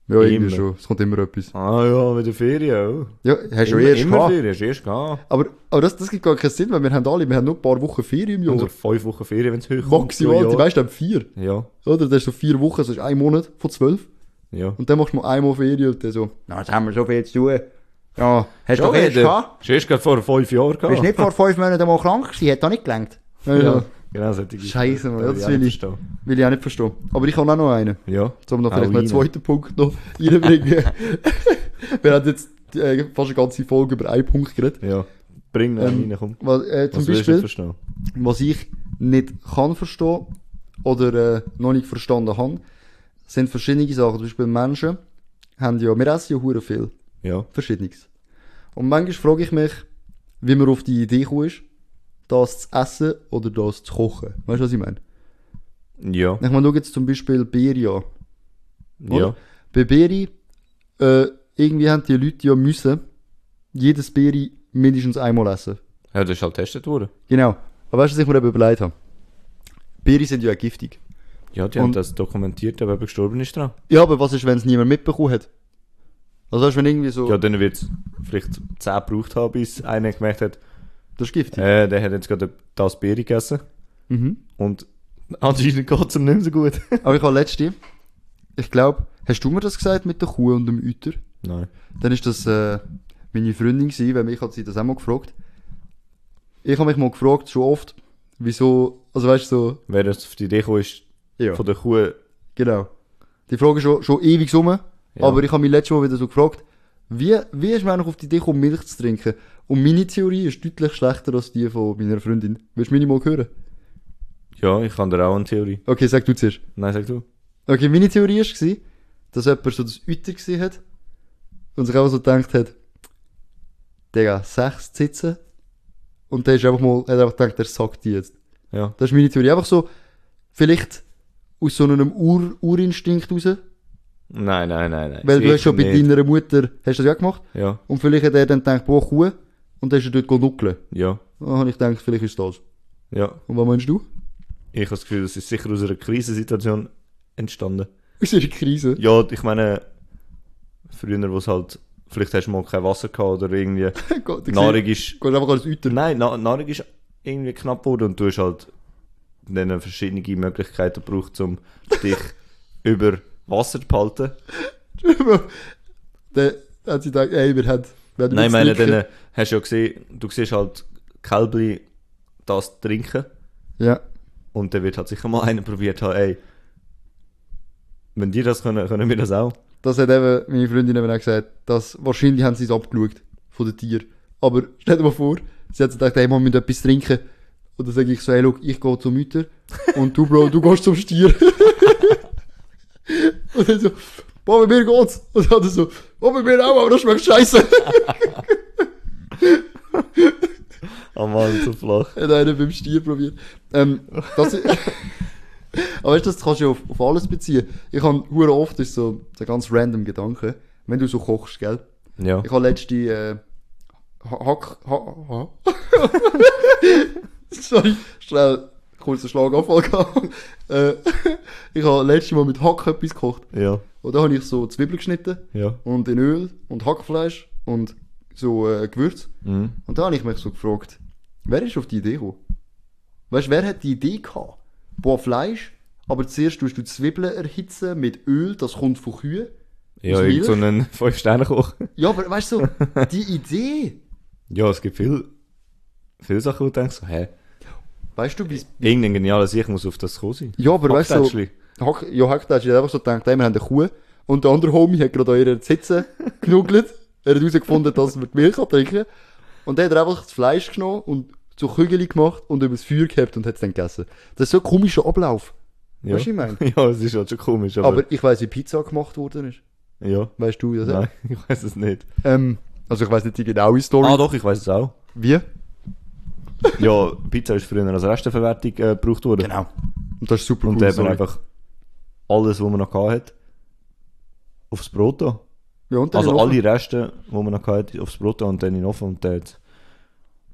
Ja, irgendwie
Immer.
schon. Es kommt immer etwas.
Ah ja, wieder Ferien. Oh.
Ja, hast du
Immer,
ja erst
immer
gehabt.
Ferien, hast du erst gehabt.
Aber, aber das, das gibt gar keinen Sinn, weil wir haben alle, wir haben nur ein paar Wochen Ferien im
Oder
Jahr.
fünf Wochen Ferien, wenn es höher
Maximal, die
ja.
meisten haben vier.
ja,
Oder? Das ist so vier Wochen, das ist ein Monat von zwölf.
ja.
Und dann machst du mal einmal Ferien und dann so, na, jetzt haben wir so viel zu tun. Ja, hast du doch erst
wieder.
gehabt?
Hast du erst gerade vor fünf Jahren gehabt?
Bist nicht vor fünf Monaten mal krank gewesen, hat da nicht gelangt. Ja,
Ja,
ja.
genau, solche
Scheiße, Mann, ja, das
will
will ich.
verstehen.
Will ich auch nicht verstehen. Aber ich habe auch noch einen.
Ja.
Zum noch
Hau
vielleicht noch
rein.
einen zweiten Punkt noch reinbringen. wir haben jetzt äh, fast eine ganze Folge über einen Punkt geredet.
Ja. Bring ihn
Ähm,
rein, komm.
Was, äh, zum
Was willst du nicht
Beispiel,
verstehen?
was ich nicht kann verstehen oder äh, noch nicht verstanden habe, sind verschiedene Sachen. Zum Beispiel Menschen haben ja, wir essen ja hure viel.
Ja.
Verschiedenes. Und manchmal frage ich mich, wie man auf die Idee gekommen ist, das zu essen oder das zu kochen. Weißt du, was ich meine?
Ja.
Ich meine, schau jetzt zum Beispiel Bier an.
Ja.
Oder? Bei Bier, äh, irgendwie haben die Leute ja müssen jedes Bier mindestens einmal essen.
Ja, das ist halt getestet worden.
Genau. Aber weißt du, was ich mir eben überlegt habe? Biere sind ja auch giftig.
Ja, die
Und-
haben das dokumentiert, aber jemand gestorben ist dran.
Ja, aber was ist, wenn es niemand mitbekommen hat? Also weißt du, wenn irgendwie so...
Ja, dann wird es vielleicht 10 gebraucht haben, bis einer gemerkt hat,
Das ist giftig.
äh, der hat jetzt gerade das Bier gegessen.
Mhm.
Und anscheinend geht es ihm nicht mehr so gut.
Aber ich habe letzte... Ich glaube, hast du mir das gesagt mit der Kuh und dem Euter?
Nein.
Dann ist das äh, meine Freundin gewesen, weil mich hat sie das auch mal gefragt. Ich habe mich mal gefragt, schon oft, wieso... Also weißt du, so...
Wer das auf die Idee gekommen ist,
Ja.
von der Kuh,
Genau. Die Frage ist schon, schon ewig rum, aber ich habe mich letztes Mal wieder so gefragt, wie, wie ist man eigentlich auf die Idee gekommen, Milch zu trinken? Und meine Theorie ist deutlich schlechter als die von meiner Freundin. Willst du meine mal hören?
ja, ich kann da auch eine Theorie.
Okay, sag du zuerst.
Nein, sag du.
Okay, meine Theorie war, dass jemand so das Euter gesehen hat und sich einfach so gedacht hat, Digga, sechs sitzen und der ist einfach mal, hat einfach gedacht, der sagt die jetzt.
Ja.
Das ist meine Theorie. Einfach so, vielleicht aus so einem Ur Urinstinkt raus,
Nein, nein, nein, nein.
weil du hast schon bei
Sicher nicht.
deiner Mutter, hast du das ja gemacht?
Ja,
Und vielleicht hat er dann gedacht, boah, Kuh. Und dann ist er dort genuckeln.
ja,
Dann habe ich gedacht, vielleicht ist das.
ja.
Und was meinst du?
Ich habe das Gefühl, das ist sicher aus einer Krisensituation entstanden.
Aus einer Krise.
Ja, ich meine, früher, wo es halt, vielleicht hast du mal kein Wasser gehabt oder irgendwie
Gott, du
Nahrung ist.
siehst, Gehst einfach alles Euter.
Nein, Na Nahrung ist irgendwie knapp geworden und du hast halt dann verschiedene Möglichkeiten gebraucht, um dich über Wasser zu behalten.
dann hat sie gedacht, ey, wir haben... Wir haben
Nein, ich meine,
nichts zu
dann äh, hast du ja gesehen, du siehst halt Kälbli das trinken
trinken. Ja.
und dann wird halt sicher mal einer probiert haben, ey, wenn die das können, können wir das auch.
Das hat eben meine Freundin eben auch gesagt, dass wahrscheinlich haben sie es abgeschaut von den Tieren. Aber stell dir mal vor, sie hat so gedacht, hey, wir müssen etwas trinken. Und dann sage ich so, hey, look, ich gehe zum Mütter und du, Bro, du gehst zum Stier. und dann so, boah, bei mir geht's. Und dann so, boah, bei mir auch, aber das schmeckt scheiße.
Oh Mann, so flach.
hat einer beim Stier probiert. Ähm, das i- aber weißt du, das kannst du ja auf, auf alles beziehen. Ich habe hure oft ist so, so ganz random Gedanken, wenn du so kochst, gell?
Ja.
Ich habe letzte äh, Ha- Hack. Ha, ha. Sorry, schnell kurzer Schlaganfall gehabt. äh, ich habe letztes Mal mit Hack etwas gekocht.
Ja.
Und da habe ich so Zwiebeln geschnitten
Ja.
und in Öl und Hackfleisch und so äh, Gewürz. Und da habe ich mich so gefragt, wer ist auf die Idee gekommen? Weißt du, wer hat die Idee gehabt? Boah, Fleisch, aber zuerst tust du Zwiebeln erhitzen mit Öl, das kommt von Kühen.
Ja,
Aus
irgend so
Milch?
einen 5-Sterne-Koch.
Ja, aber weißt du, so, die Idee.
Ja, es gibt viel, viele Sachen, wo du denkst, so, hä,
Weißt du, wie
irgendein genialer Sieg muss auf das gekommen sein.
Ja, aber weißt du, so-
Hacktätschli.
Hack, ja, Hacktätschli hat einfach so gedacht, ey, wir haben eine Kuh. Und der andere Homie hat gerade an ihrer Zitze genuggelt. Er hat herausgefunden, dass man die Milch kann trinken Und dann hat er einfach das Fleisch genommen und zu Kügel gemacht und übers Feuer gehabt und hat es dann gegessen. Das ist so ein komischer Ablauf.
Ja.
Weißt du, was ich meine?
Ja, es ist halt schon komisch, aber,
Aber ich weiss, wie Pizza gemacht worden ist.
ja.
Weißt du das? auch?
Nein, ich weiß es nicht.
Ähm, also ich weiss nicht die genaue Story.
Ah doch, ich weiß es auch.
Wie?
Ja, Pizza ist früher als Resteverwertung äh, gebraucht worden.
Genau. Und das ist super
Und
cool,
dann hat man
sorry.
einfach alles, was man noch hatte, aufs Brot da.
Ja, und dann
Also
in den Ofen.
alle Reste, die man noch hatte, aufs Brot da und dann in den Ofen und dann hat's-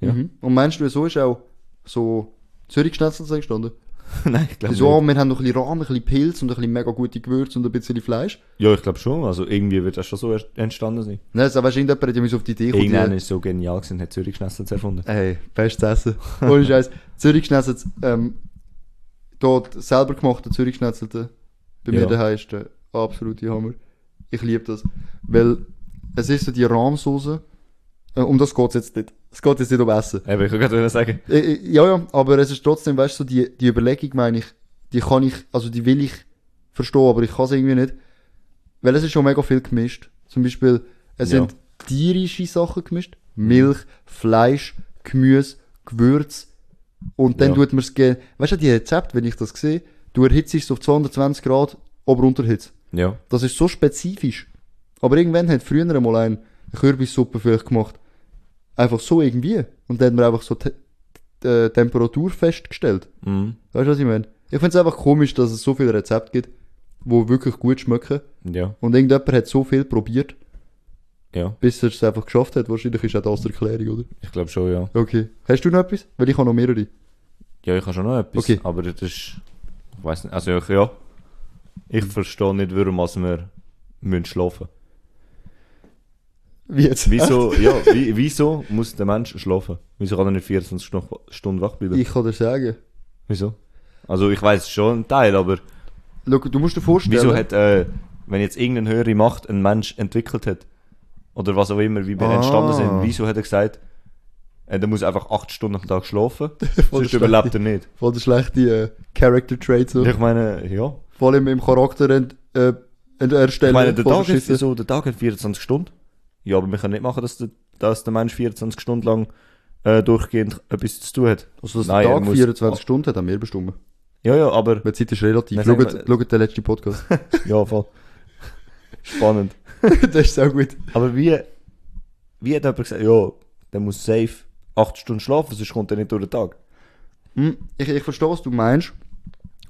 ja.
Mhm. Und meinst du, so ist auch so Zürich-Schnetzel entstanden?
Nein, ich glaube
So,
nicht.
wir haben noch ein bisschen Rahmen, ein bisschen Pilz und ein bisschen mega gute Gewürze und ein bisschen Fleisch.
Ja, ich glaube schon. Also irgendwie wird das schon so erst- entstanden sein.
Nein, also weißt du, irgendjemand hat ja müssen auf die Idee kommen,
Irgendeiner
die-
ist so genial gewesen, und hat Zürich Schnetzels erfunden.
Ey, bestes Essen. Ohne Scheiß. Zürich-Schnetzel, ähm, dort selber gemachte Zürich-Schnetzelte. Bei
Ja.
mir daheim ist der absolute Hammer. Ich liebe das. Weil es ist so die Rahmsoße. Äh, um das geht's jetzt nicht. Es geht jetzt nicht um Essen.
Eben, ich wollte gerade sagen,
Äh, äh, Ja, ja, aber es ist trotzdem, weißt du, so die, die Überlegung, meine ich, die kann ich, also die will ich verstehen, aber ich kann es irgendwie nicht. Weil es ist schon mega viel gemischt. Zum Beispiel, es
Ja. Mhm.
sind tierische Sachen gemischt. Milch, Fleisch, Gemüse, Gewürz. Und dann
Ja.
tut man es, weißt du, die Rezept, wenn ich das sehe, du erhitzt es auf 220 Grad, aber unterhitzt.
ja.
Das ist so spezifisch. Aber irgendwann hat früher mal ein eine Kürbissuppe vielleicht gemacht. Einfach so irgendwie. Und dann hat man einfach so te äh, Temperatur festgestellt.
Mhm.
Weißt du, was ich meine? Ich find's einfach komisch, dass es so viele Rezepte gibt, wo wirklich gut schmecken.
Ja.
Und irgendjemand hat so viel probiert.
Ja,
Bis er es einfach geschafft hat, wahrscheinlich ist auch das die Erklärung, oder?
ich glaube schon, ja.
Okay. Hast du noch etwas? Weil ich habe noch mehrere.
Ja, ich habe schon noch etwas,
Okay.
aber das ist... Ich weiß nicht, also ich, ja. Ich verstehe nicht, warum also wir müssen schlafen
Wie jetzt?
Wieso, ja, wie, wieso muss der Mensch schlafen? Wieso kann er nicht 24 Stunden- Stunden wach bleiben?
Ich kann dir sagen.
Wieso? Also ich weiß schon einen Teil, aber
Schau, du musst dir vorstellen.
wieso hat, äh, wenn jetzt irgendeine höhere Macht ein Mensch entwickelt hat, oder was auch immer, wie wir
Ah.
entstanden sind, wieso hat er gesagt, äh, der muss einfach 8 Stunden am Tag schlafen,
Voll
sonst
der
überlebt er nicht.
Voll der schlechte äh, Character Trait so.
Ich meine, ja.
Vor allem im Charakter ent, äh, ent, erstellen.
Ich meine, der
voll
Tag, hat,
verschissen.
so, der Tag hat 24 Stunden. Ja, aber wir können nicht machen, dass der, dass der Mensch 24 Stunden lang äh, durchgehend etwas zu tun hat.
Also, dass
Nein,
der
er
Tag
muss-
24 Stunden hat, haben wir bestimmt.
Ja, ja, aber...
Die Zeit ist relativ.
Nein, sagen
Schaut,
wir-
schaut den letzten Podcast.
Ja, voll. Spannend.
das ist auch gut.
Aber wie, wie hat jemand gesagt, ja, der muss safe 8 Stunden schlafen, sonst kommt er nicht durch den Tag.
Hm, Ich, ich verstehe, was du meinst.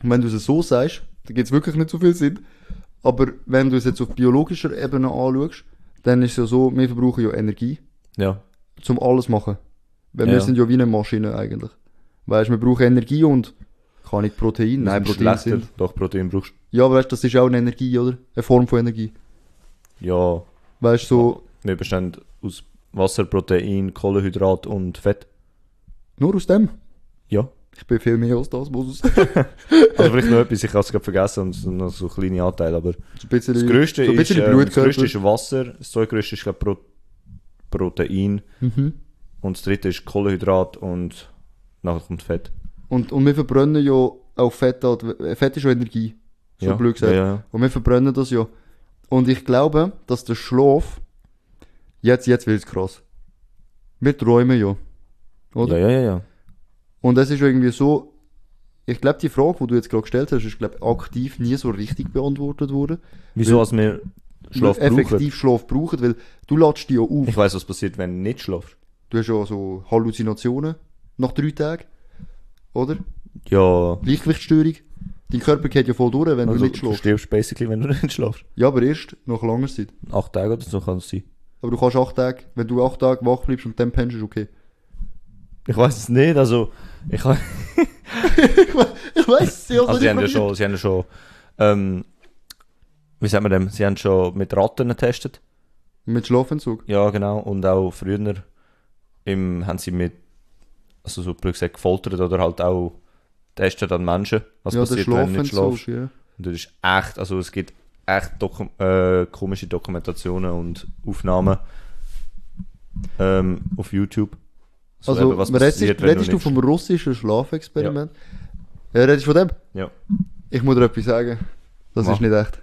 Und wenn du es so sagst, dann gibt es wirklich nicht so viel Sinn. Aber wenn du es jetzt auf biologischer Ebene anschaust, dann ist es ja so, wir verbrauchen ja Energie,
Ja.
zum alles machen. Weil wir
Ja.
sind ja wie eine Maschine eigentlich. Weißt du, wir brauchen Energie und kann nicht Protein, nein, Protein
schlechter.
sind.
Doch, Protein brauchst
Ja, aber weißt du, das ist auch eine Energie, oder? Eine Form von Energie.
Ja,
Weißt du, so,
wir bestehen aus Wasser, Protein, Kohlenhydrat und Fett.
nur aus dem.
Ja.
Ich bin viel mehr als das, muss es.
Also vielleicht noch etwas, ich habe es gerade vergessen, und es sind noch so kleine Anteile, aber
So ein bisschen,
das Größte,
so ein
ist,
bisschen
äh, das
Blutkörper.
Größte ist Wasser, das zweitgrößte ist glaub, Pro Protein
Mhm.
und das dritte ist Kohlenhydrat und nachher kommt Fett.
Und, und wir verbrennen ja auch Fett, halt, Fett ist ja Energie. So
ja.
blöd gesagt.
Ja, ja.
Und wir verbrennen das ja. Und ich glaube, dass der Schlaf, jetzt, jetzt wird's krass. Wir träumen ja. Oder?
ja, ja, ja, ja.
Und es ist irgendwie so, ich glaube, die Frage, die du jetzt gerade gestellt hast, ist, glaube aktiv nie so richtig beantwortet worden.
Wieso, als wir Schlaf
Weil
brauchen?
effektiv Schlaf brauchen, weil du latschst dich ja auf.
Ich weiß, was passiert, wenn du nicht schlafst.
Du hast ja so Halluzinationen nach drei Tagen. Oder?
Ja,
Gleichgewichtsstörung. Dein Körper geht ja voll durch, wenn du
also
nicht
du
schläfst.
stirbst basically, wenn du nicht schlafst.
Ja, aber erst nach langer Zeit.
Acht Tage oder so kann es sein.
Aber du kannst acht Tage, wenn du acht Tage wach bleibst und dann pennst, ist okay.
Ich weiß es nicht, also ich habe
Ich weiß, sie
Also sie haben ja schon, sie haben ja schon, ähm, wie sagt man dem, sie haben schon mit Ratten getestet.
Mit Schlafentzug.
Ja, genau. Und auch früher im, haben sie mit, also so blöd gesagt, gefoltert oder halt auch testet an Menschen, was
ja, der
passiert, wenn du nicht
Schlafentzug,
schlafst.
ja.
Und das ist echt, also es gibt echt Dokum äh, komische Dokumentationen und Aufnahmen ähm, auf YouTube. So
Also,
eben,
redest,
passiert, wenn
redest du
nicht
vom russischen Schlafexperiment? Ja. redest du von dem?
Ja,
Ich muss dir etwas sagen. Das
Mach.
ist nicht echt.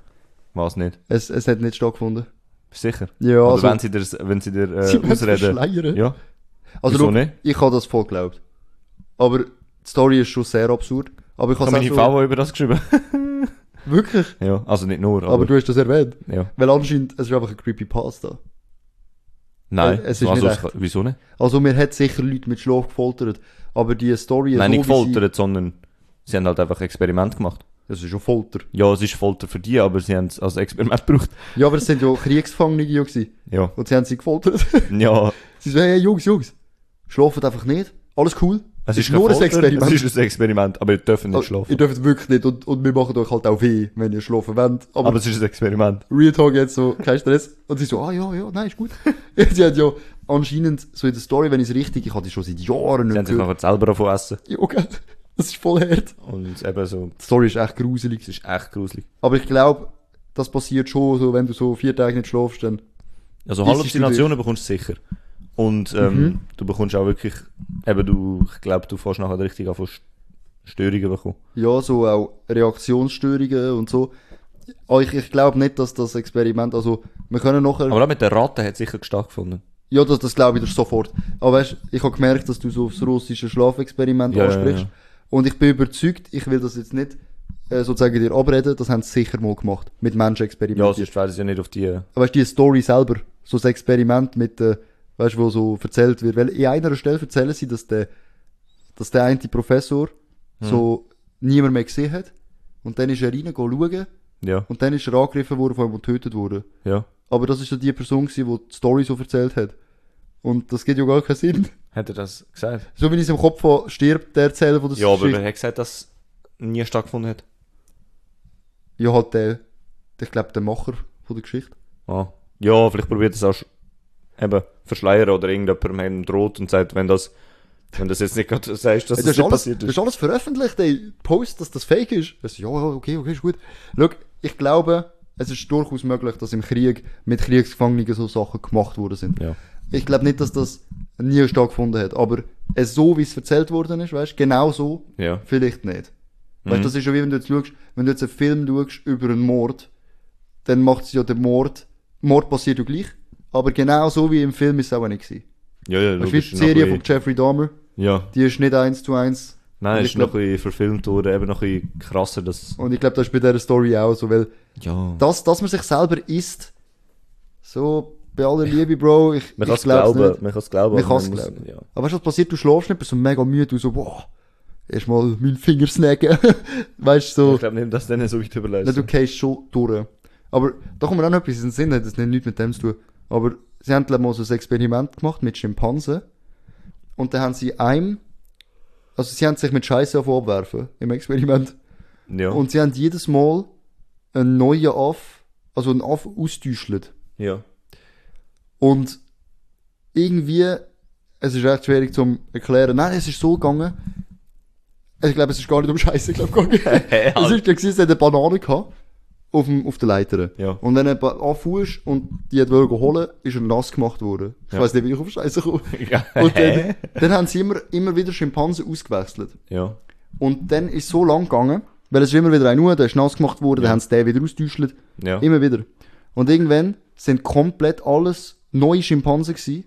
was nicht.
Es, es hat nicht stattgefunden.
Bist du sicher?
Ja,
Oder
also,
wenn sie dir, wenn sie dir äh,
Sie wollen's
ausreden.
verschleiern.
Ja.
also
wieso
schau,
nicht?
ich habe das voll geglaubt. Aber die Story ist schon sehr absurd. Aber ich
Ich habe
habe
meine
es auch
Frau über das geschrieben.
so, Wirklich?
ja, also nicht nur, aber,
Aber du hast das erwähnt.
ja.
Weil anscheinend, es ist einfach eine Creepypasta.
Nein,
es ist
also,
nicht
es kann- wieso nicht?
Also, mir hat sicher Leute mit Schlaf gefoltert. Aber die Story
Nein,
so,
nicht
wie sie-
gefoltert, sondern sie haben halt einfach Experiment gemacht.
Das ist schon Folter.
Ja, es ist Folter für die, aber sie haben es als Experiment gebraucht.
Ja, aber es sind ja Kriegsgefangene ja gewesen.
Ja,
Und sie haben sie gefoltert.
ja.
sie sagen, hey, Jungs, Jungs, schlafen einfach nicht. Alles cool.
Es ist,
nur
keine
ein
Folter,
Experiment.
Es ist ein Experiment, aber ihr dürft nicht
Also, Ihr
schlafen.
dürft wirklich nicht. Und, und wir machen euch halt auch weh, wenn ihr schlafen wollt. Aber,
Aber es ist ein Experiment.
Real Talk jetzt so, kein Stress. Und sie so, ah, ja, ja, nein, ist gut. sie hat ja anscheinend so in der Story, wenn ich es richtig, ich hatte die schon seit Jahren
Sie haben
nicht
sich
gehört.
nachher selber davon essen.
Ja, okay. Das ist voll hart.
Und eben so,
Die Story ist echt gruselig.
es ist echt gruselig.
Aber ich glaube, das passiert schon so, wenn du so vier Tage nicht schlafst, dann
Also
Wie
Halluzinationen bekommst du sicher. Und ähm, du bekommst auch wirklich, eben du, ich glaube, du fährst nachher richtig an von St- Störungen bekommen.
Ja, so auch Reaktionsstörungen und so. Aber ich, ich glaube nicht, dass das Experiment, also wir können nachher,
Aber auch mit der Ratte hat es sicher stattgefunden.
ja, das, das glaube ich dir sofort. Aber weißt, ich habe gemerkt, dass du so aufs russische Schlafexperiment
Ja, ja,
ansprichst.
ja.
Und ich bin überzeugt, ich will das jetzt nicht äh, sozusagen dir abreden, das haben sie sicher mal gemacht, mit Menschen
Ja,
experimentiert.
sonst wäre es ja nicht auf die.
weißt die Story selber, so das Experiment mit, äh, weißt wo so erzählt wird. Weil in einer Stelle erzählen sie, dass der, dass der eine Professor
Hm.
so niemand mehr gesehen hat. Und dann ist er reingegangen schauen
Ja,
und dann ist er angegriffen worden, vor allem und getötet worden.
ja.
Aber das ist ja die Person, gewesen, die die Story so erzählt hat. Und das gibt ja gar keinen Sinn.
Hat er das gesagt?
So wie ich es im Kopf habe, stirbt der Erzähler von der
Ja, aber
Geschichte.
wer hat gesagt, dass es nie stattgefunden hat?
Ja, halt der, ich glaube, der Macher von der Geschichte.
Ah. Ja, vielleicht probiert es auch sch- eben verschleiern oder irgendjemandem hat ihm droht und sagt, wenn das, wenn das jetzt nicht gerade sagst, dass das,
Ey, das, ist
nicht
alles,
passiert
Also das
ist.
ist alles veröffentlicht, ey. Post, dass das fake ist. Das, ja, ja, okay, okay, ist gut. Schau, ich glaube, es ist durchaus möglich, dass im Krieg mit Kriegsgefangenen so Sachen gemacht worden sind.
Ja.
Ich glaube nicht, dass das nie stattgefunden hat, aber es so, wie es erzählt worden ist, weißt du, genau so,
Ja.
vielleicht nicht. Weißt du, das ist ja wie wenn du jetzt schaust, wenn du jetzt einen Film schaust über einen Mord, dann macht es ja den Mord, Mord passiert ja gleich, aber genau so wie im Film ist es auch nicht gewesen.
Ja, ja,
Weißt du,
logisch,
wie die
ist noch
Serie
ein
von
bisschen-
Jeffrey Dahmer,
Ja.
die ist nicht eins zu eins. Und
Nein,
ich
ist noch
glaub-
ein bisschen verfilmt worden, eben noch ein bisschen krasser, das.
Und ich glaube, das ist bei dieser Story auch so, weil
Ja.
das, dass man sich selber isst, so, bei aller Liebe, Bro, ich,
Man
ich
kann es glauben,
nicht.
man kann es glauben.
Man
aber
kann's
muss-
glauben.
Ja.
Aber weißt du, was passiert? Du schlafst nicht, bist so mega müde, du so, wow, erstmal meinen Finger snacken. weißt du,
Ich
so,
glaube nicht, dass denen so weit
na,
überlässt.
du gehst schon durch. Aber da kommt mir auch noch etwas in den Sinn, das hat nichts mit dem zu tun. Aber sie haben glaub mal so ein Experiment gemacht mit Schimpansen. Und dann haben sie einem, also sie haben sich mit Scheiße abwerfen im Experiment.
Ja.
Und sie haben jedes Mal einen neuen Aff, also einen Aff austäuschelt.
ja.
Und irgendwie, es ist echt schwierig zu erklären. Nein, es ist so gegangen. Ich glaube, es ist gar nicht um Scheiße ich glaube, gegangen. es ist gewesen, es hat eine Banane gehabt. Auf, dem, auf der Leiter.
Ja.
Und wenn er ba- anfuhr und die hat wollte holen, ist er nass gemacht worden. Ich
Ja.
weiss weiß nicht, wie ich auf Scheiße komme.
Ja.
Und dann, dann haben sie immer, immer wieder Schimpansen ausgewechselt.
ja.
Und dann ist es so lang gegangen, weil es ist immer wieder ein Uhr, der ist nass gemacht worden, dann haben sie den wieder austäuschelt.
Ja.
Immer wieder. Und irgendwann sind komplett alles neue Schimpansen gewesen.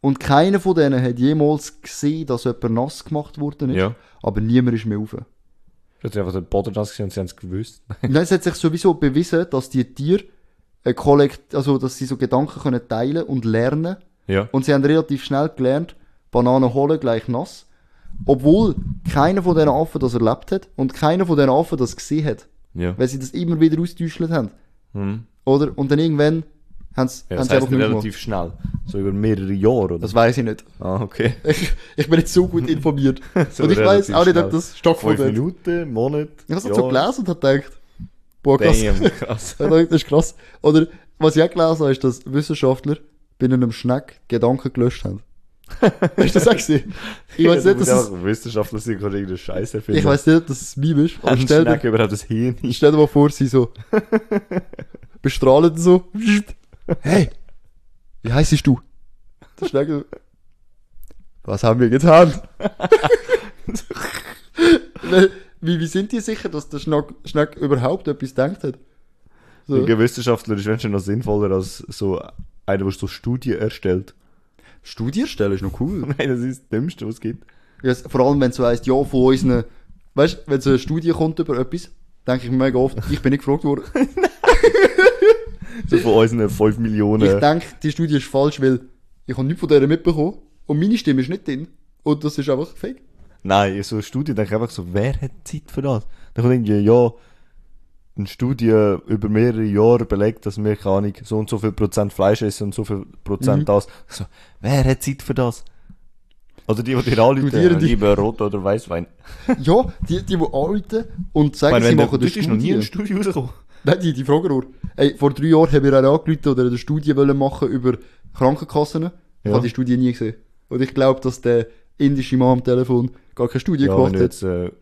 Und keiner von denen hat jemals gesehen, dass jemand nass gemacht worden ist.
Ja.
Aber niemand ist mehr rauf.
Jetzt sind einfach den Boden nass gesehen und sie haben es gewusst.
Nein, es hat sich sowieso bewiesen, dass die Tiere ein Kollekt, also, dass sie so Gedanken können teilen und lernen.
Ja.
Und sie haben relativ schnell gelernt, Bananen holen gleich nass. Obwohl keiner von diesen Affen das erlebt hat und keiner von diesen Affen das gesehen hat.
Ja.
Weil sie das immer wieder austäuschelt haben.
Hm.
Oder? Und dann irgendwann haben sie,
ja das
haben sie einfach
heißt
nicht mehr Also- gemacht.
relativ schnell. So über mehrere Jahre, oder?
Das weiß ich nicht.
ah, okay.
Ich, ich bin nicht so gut informiert.
So
und ich weiß
relativ
auch nicht,
schnell.
ob das
Fünf
stattgefunden hat.
Minuten, Monat.
Ich habe es
Jahr.
so gelesen und habe gedacht, boah, krass.
Damn, krass.
Ich hab gedacht, das ist krass. Oder was ich auch gelesen habe, ist, dass Wissenschaftler bei einem Schneck Gedanken gelöscht haben. Hast du das auch gesehen?
Also,
Ich weiß nicht, dass es,
das Wissenschaftler sind, kann irgendeinen Scheiß erfinden.
ich weiß nicht, dass es Meme ist, aber
Ein
stell dir,
Schneck überhaupt das Hirn ist.
stell dir mal vor, sie so bestrahlen so. Hey, wie heißt du? Der Schneck so, was haben wir getan? Weil, wie, wie sind die sicher, dass der Schneck, Schneck überhaupt etwas gedacht hat? So.
Ein Wissenschaftler ist wenn schon noch sinnvoller als so einer, der so Studien erstellt.
Studierstelle ist noch cool.
Nein, das ist das Dümmste, was es gibt.
Ja, s- vor allem, wenn es heisst, ja, von unseren, weißt du, wenn so eine Studie kommt über etwas, denke ich mir mega oft, ich bin nicht gefragt worden.
So von unseren 5 Millionen.
Ich denke, die Studie ist falsch, weil ich habe nichts von der mitbekommen und meine Stimme ist nicht drin. Und das ist einfach fake.
Nein, so eine Studie, denke ich einfach so, wer hat Zeit für das? Dann kommt irgendwie, ja, eine Studie über mehrere Jahre belegt, dass wir, keine Ahnung, so und so viel Prozent Fleisch essen und so viel Prozent
Mhm.
das. So, wer hat Zeit für das? Also die, die dir anrufen,
Studierende.
lieber Rot- oder Weißwein.
Ja, die, die, die anrufen und
Ich
sagen,
meine,
sie
wenn der,
machen eine
dort ist noch nie
Studie.
eine Studie rausgekommen.
Nein, die, die fragen nur. Ey, vor drei Jahren haben wir auch angerufen oder eine Studie wollen machen über Krankenkassen. Ich
Ja.
habe die Studie nie gesehen. Und ich glaube, dass der indische Mann am Telefon gar keine Studie
Ja, wenn
gemacht
du
hat.
jetzt, äh,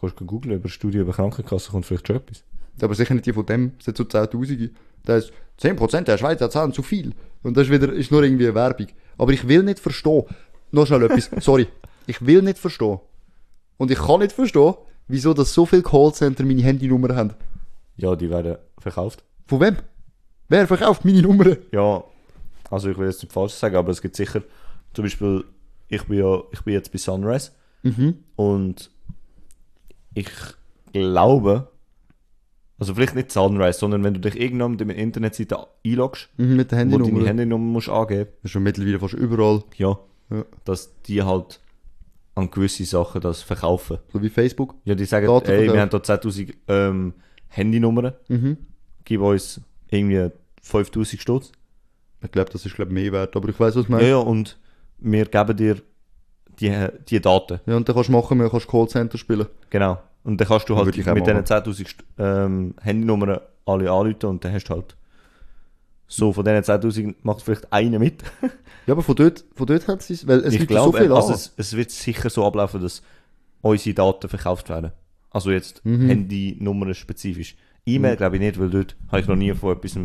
kannst du googeln über Studie über Krankenkasse, kommt vielleicht schon etwas.
Aber sicher nicht die von dem, es sind so 10.000. Da ist 10% der Schweizer zahlen zu viel. Und das ist wieder, ist nur irgendwie eine Werbung. Aber ich will nicht verstehen, noch schnell etwas, sorry, ich will nicht verstehen. Und ich kann nicht verstehen, wieso das so viele Callcenter meine Handynummer haben.
Ja, die werden verkauft.
Von wem? Wer verkauft meine Nummer?
Ja, also ich will jetzt nicht falsch sagen, aber es gibt sicher, zum Beispiel, ich bin ja, ich bin jetzt bei Sunrise
Mhm.
und ich glaube, also vielleicht nicht Sunrise, sondern wenn du dich irgendwann mit deiner Internetseite einloggst,
Mhm, mit der
wo du deine
Handynummer.
Handynummer musst angeben,
Das ist schon mittlerweile fast überall,
ja,
Ja.
dass die halt an gewisse Sachen das verkaufen.
so wie Facebook.
Ja, die sagen,
Daten
ey, wir haben
verkaufen.
da 10'000 ähm, Handynummern,
Mhm.
gib uns irgendwie 5000 Stutz.
Ich glaube, das ist glaub, mehr wert, aber ich weiß was du
Ja,
meinst. Ja,
ja, und wir geben dir die, die Daten.
und dann kannst du machen, dann kannst du Callcenter spielen.
Genau. Und dann kannst du halt
Würde ich
mit
auch machen.
diesen 10.000 St- ähm, Handynummern alle anrufen und dann hast du halt so von diesen 10.000 macht vielleicht einer mit.
Ja, aber von dort, von dort hat sie es, weil es
ich
gibt ja so
glaube,
viel an.
also es, es wird sicher so ablaufen, dass unsere Daten verkauft werden. Also jetzt
Mhm.
Handynummern spezifisch. E-Mail glaube ich nicht, weil dort habe ich noch nie von etwas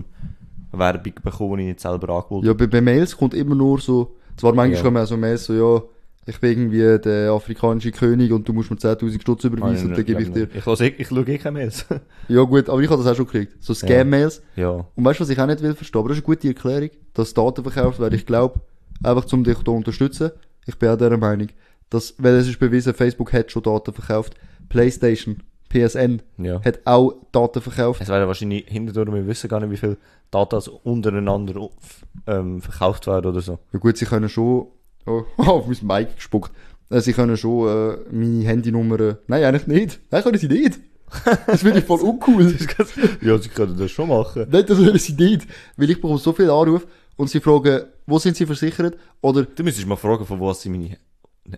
Werbung bekommen, die ich nicht selber angeholt
Ja, bei, bei Mails kommt immer nur so, zwar manchmal
Ja.
kommen auch so Mails so, ja, ich bin irgendwie der afrikanische König und du musst mir 10.000 Stutz
Ah,
überweisen und dann gebe ich dir.
Ich, lasse, ich, ich schaue eh keine Mails.
Ja gut, aber ich habe das auch schon gekriegt. So Scam-Mails.
ja.
Und weißt du, was ich auch nicht will verstehen? Aber das ist eine gute Erklärung, dass Daten verkauft werden. Ich glaube, einfach zum dich da unterstützen, ich bin auch dieser Meinung, dass, weil es ist bewiesen, Facebook hat schon Daten verkauft. PlayStation, PSN
Ja.
hat auch Daten verkauft.
Es werden wahrscheinlich hinterher, wir wissen gar nicht, wie viel Datas untereinander auf- ähm, verkauft werden oder so.
Ja gut, sie können schon. Oh, auf mein Mic gespuckt. Äh, Sie können schon äh, meine Handynummer. Nein, eigentlich nicht. Nein, können sie nicht. Das finde ich voll uncool.
Ja, sie können das schon machen.
Nein, das können sie nicht. Weil ich bekomme so viele Anrufe und sie fragen, wo sind sie versichert? Oder.
Du müsstest mal fragen, von wo sie meine.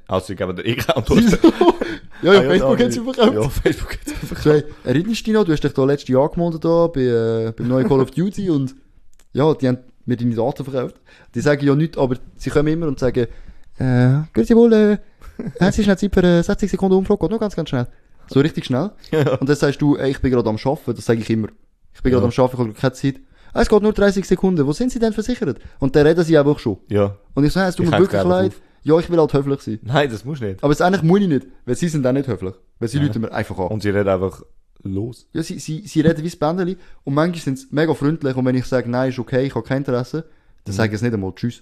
Also, sie geben dir eh keine
ja,
Antwort.
Ah ja, Facebook hat sie verkauft.
Ja, Facebook hat sie verkauft.
So, hey, erinnerst du dich noch, du hast dich da letztes Jahr angemeldet da bei, äh, beim neuen Call of Duty und ja, die haben mir deine Daten verkauft. Die sagen ja nichts, aber sie kommen immer und sagen, äh, grüezi wohl, äh, es ist noch Zeit für eine 60 Sekunden Umfrage, geht noch ganz, ganz schnell. So richtig schnell. Und dann sagst du, ey, ich bin gerade am Arbeiten, das sage ich immer. Ich bin
Ja.
gerade am Arbeiten, ich habe keine Zeit. Ah, es geht nur 30 Sekunden, wo sind sie denn versichert? Und dann reden sie einfach schon.
Ja.
Und ich sage, es tut
Ich
mir
häng's
wirklich
gerne
leid.
auf.
Ja, ich will halt höflich sein.
Nein, das musst du nicht.
Aber es eigentlich muss ich nicht, weil sie sind auch nicht höflich. Weil sie Leute mir einfach an.
Und sie reden einfach los.
Ja, sie, sie, sie reden wie Bändeli und manchmal sind sie mega freundlich und wenn ich sage, nein, ist okay, ich habe kein Interesse, dann sagen sie nicht einmal Tschüss.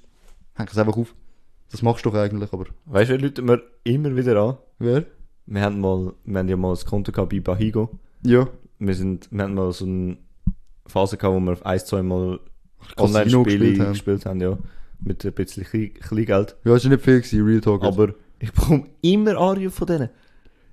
Hängen sie einfach auf. Das machst du doch eigentlich, aber...
Weißt du, wer läuten wir immer wieder an?
Wer?
Wir haben, mal, wir haben ja mal ein Konto gehabt bei Bahigo.
Ja.
Wir, sind, wir haben mal so eine Phase gehabt, wo wir ein, zwei Mal
Casino
Online-Spiele
gespielt
gespielt
haben.
haben. ja. Mit ein bisschen Kle- Kleingeld.
Ja, es war nicht viel, gewesen, Real Talk.
Aber ich bekomme immer Anrufe von denen.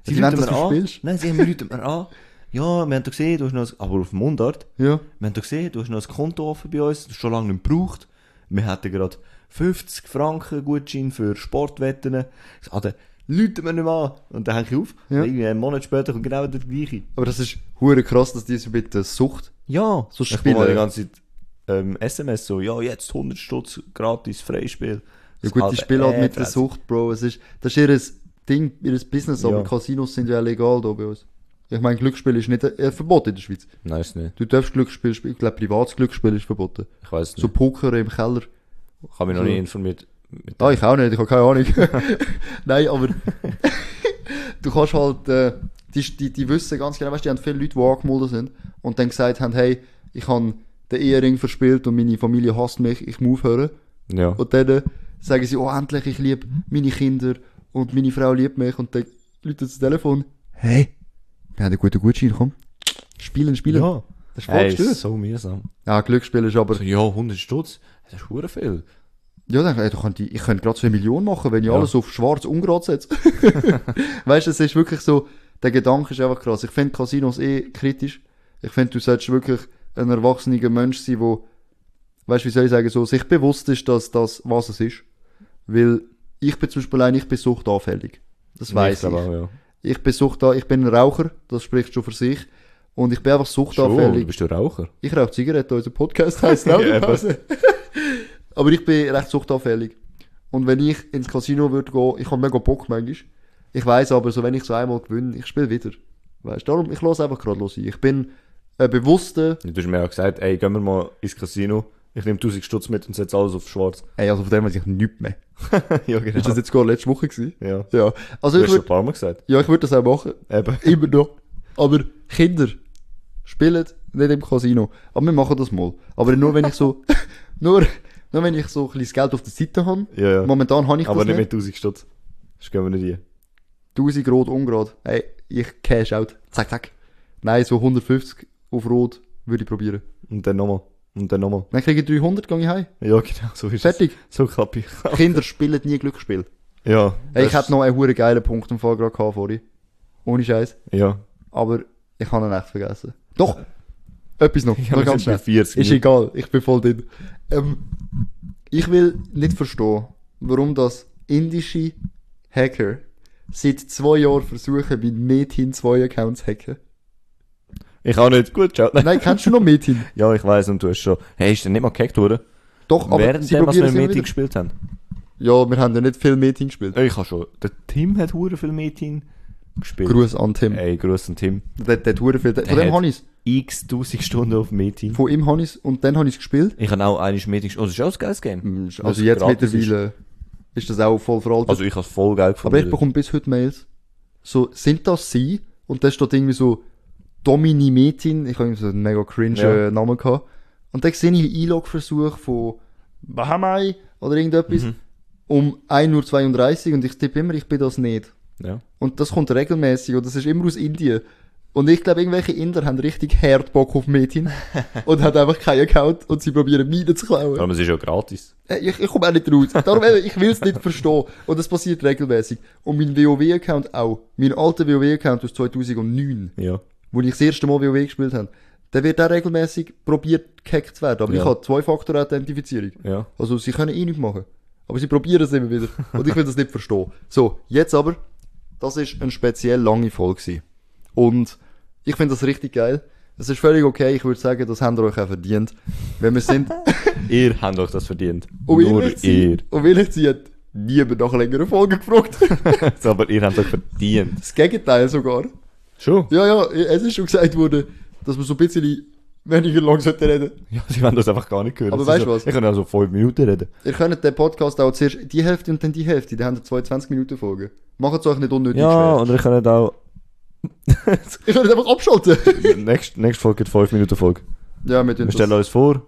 Sie wollen,
rufen
dass
mir
du
an.
spielst?
Nein, sie haben- rufen mir an. Ja, wir haben doch gesehen, du hast noch ein, aber auf Mundart.
ja.
Wir haben doch gesehen, du hast noch ein Konto offen bei uns, das du schon lange nicht gebraucht. Wir hatten gerade 50 Franken Gutschein für Sportwetten. Ich sag, ah, dann rufen wir nicht mehr an. Und dann hänge ich auf.
Ja.
Und Irgendwie einen Monat später kommt genau der gleiche.
Aber das ist hure krass, dass die so bitte Sucht...
Ja,
So
ich bekomme
Spiele.
die ganze Zeit ähm, SMS so, ja, jetzt 100 Stutz gratis Freispiel. äh,
Ja gut, die spielen halt mit der
Sucht.
Sucht, Bro. Es ist, das ist ihr Ding, ihr Business, aber
Ja.
Casinos sind ja legal da bei uns. Ich meine, Glücksspiel ist nicht äh, verboten in der Schweiz.
Nein, ist nicht.
Du darfst Glücksspiel spielen, ich glaube, privates Glücksspiel ist verboten.
Ich weiß nicht.
So Poker im Keller.
Ich habe mich noch
so-
nie informiert. Mit
Ah, ich auch nicht, ich habe keine Ahnung. Nein, aber du kannst halt, äh, die, die, die wissen ganz genau, weißt, du, die haben viele Leute, die angemeldet sind und dann gesagt haben, hey, ich habe den Ehering verspielt und meine Familie hasst mich, ich muss aufhören.
ja.
Und dann äh, sagen sie, oh endlich, ich liebe meine Kinder und meine Frau liebt mich und dann läutet das Telefon, hey, wir haben einen guten Gutschein, komm, spielen, spielen.
Ja.
Das ist voll
Ey, ist
gestört.
so mühsam.
Ja, Glücksspiel ist aber,
So, Also, ja, 100 Stutz, das ist hure viel.
Ja, dann, ey, da könnte ich, ich könnte gerade so eine Million machen, wenn ich
Ja.
alles auf schwarz ungerade setze. weißt du, es ist wirklich so, der Gedanke ist einfach krass. Ich finde Casinos eh kritisch. Ich finde, du solltest wirklich ein erwachsener Mensch sein, der, weißt du, wie soll ich sagen, so, sich bewusst ist, dass das, was es ist. Weil ich bin zum Beispiel ein, ich bin suchtanfällig. Das weiß ich.
aber auch, ja.
Ich bin suchtanfällig, ich bin ein Raucher, das spricht schon für sich. Und ich bin einfach
Schon,
suchtanfällig.
bist du Raucher?
Ich rauche Zigaretten, unser Podcast heisst
Ja,
Raucherpause. Aber ich bin recht suchtanfällig. Und wenn ich ins Casino würde gehen, ich habe mega Bock manchmal. Ich weiß aber, so wenn ich so einmal gewinne, ich spiele wieder. Weißt du, darum, ich lasse einfach gerade los. Ich bin ein bewusster,
Ja, Du hast mir ja gesagt, ey, gehen wir mal ins Casino, ich nehme 1000 Stutz mit und setze alles auf schwarz.
ey, also von dem weiß ich nichts mehr.
ja, genau.
Ist das jetzt gerade letzte Woche gewesen?
ja. Du
Ja. Also
hast schon
ich
ein
würde,
paar Mal gesagt.
ja, ich würde das auch machen.
Eben.
Immer noch. Aber Kinder spielen nicht im Casino. Aber wir machen das mal. Aber nur wenn ich so, nur, nur wenn ich so ein bisschen Geld auf der Seite habe.
Ja, ja.
Momentan habe ich
aber
das
nicht mit
nicht.
1000 Stutz. Das gehen wir nicht hin.
1000 Rot, ungerad. Ey, ich cash out. Zack, zack. Nein, so 150 auf Rot würde ich probieren.
Und dann nochmal. Und dann nochmal.
Dann kriege ich 300, gehe ich heim.
Ja, genau, so ist es.
Fertig.
So klappe ich.
Kinder spielen nie Glücksspiel.
ja.
Ey, ich
das-
hätte noch einen hure geilen Punkt im Fall gerade gehabt vorhin. Ohne Scheiß.
Ja.
Aber ich habe ihn echt vergessen. Doch! Etwas noch,
Ja,
noch
wir
ganz
sind bei
schnell.
40
Ist
Minuten.
egal, ich bin voll drin. Ähm, ich will nicht verstehen, warum das indische Hacker seit zwei Jahren versuchen, mit Metin zwei Accounts zu hacken.
Ich auch nicht. Gut, ciao.
Nein, kennst du noch Metin?
Ja, ich weiß und du hast schon. Hey, ist denn nicht mal gehackt worden?
Doch, aber
Während dem, was wir
probieren's
im
immer
Meeting
wieder.
gespielt haben.
Ja, wir haben ja nicht viel Metin gespielt.
Ich habe schon. Der Tim hat hure viel Meeting gespielt.
Gruß an Tim.
Ey, grüß an Tim.
Der, der hat hure viel. Von
Der
dem
hat-
habe ich's.
X tausend Stunden auf Meeting.
Von ihm habe ich's und dann habe ich's gespielt.
Ich habe auch einiges Meeting gespielt. Oh, das ist auch ein geiles Game. Was
Also jetzt
gratis ist.
mittlerweile ist das auch voll veraltet.
Also ich habe es voll geil gefunden.
Aber ich bekomme bis heute Mails. So, sind das sie? Und da steht irgendwie so Domini Metin. Ich habe irgendwie so einen mega cringe
Ja.
äh, Namen gehabt. Und dann sehe ich E-Log-Versuch von Bahamai oder irgendetwas
Mhm.
um 1.32 Uhr und ich tippe immer, ich bin das nicht.
Ja.
Und das kommt regelmäßig und das ist immer aus Indien. Und ich glaube, irgendwelche Inder haben richtig hart Bock auf Metin und haben einfach keinen Account und sie probieren Minen zu klauen.
Aber es ist ja gratis.
Äh, Ich, ich komme auch nicht raus. Darum, eben, ich will es nicht verstehen. Und das passiert regelmäßig. Und mein WoW-Account auch. Mein alter WoW-Account aus 2009,
Ja.
wo ich das erste Mal WoW gespielt habe, der wird auch regelmäßig probiert, gehackt zu werden. Aber
Ja.
ich habe Zwei-Faktor-Authentifizierung.
Ja.
Also, sie können eh nichts machen. Aber sie probieren es immer wieder. Und ich will das nicht verstehen. So, jetzt aber, das ist eine speziell lange Folge. gewesen. Und ich finde das richtig geil. Es ist völlig okay. Ich würde sagen, das habt ihr euch auch verdient. Wenn wir sind,
Ihr habt euch das verdient.
um ehrlich
Nur
zu
ihr.
sein, um ehrlich zu sein, hat niemand nach längeren Folgen gefragt.
Aber ihr habt euch verdient.
Das Gegenteil sogar.
Schon?
Ja, ja, es ist schon gesagt worden, dass man so ein bisschen weniger lang sollte reden.
Ja, sie wollen das einfach gar nicht hören.
Aber
Das ist
weißt
so,
du was?
Ich kann also fünf Minuten reden.
Ihr könnt den Podcast auch zuerst die Hälfte und dann die Hälfte. Dann habt ihr 22 Minuten Folgen. Macht es euch nicht unnötig
Ja,
schwer.
und ihr könnt auch
Ihr könnt einfach abschalten.
nächste, nächste Folge geht 5 Minuten Folge.
ja, wir tun
Wir
das.
stellen uns vor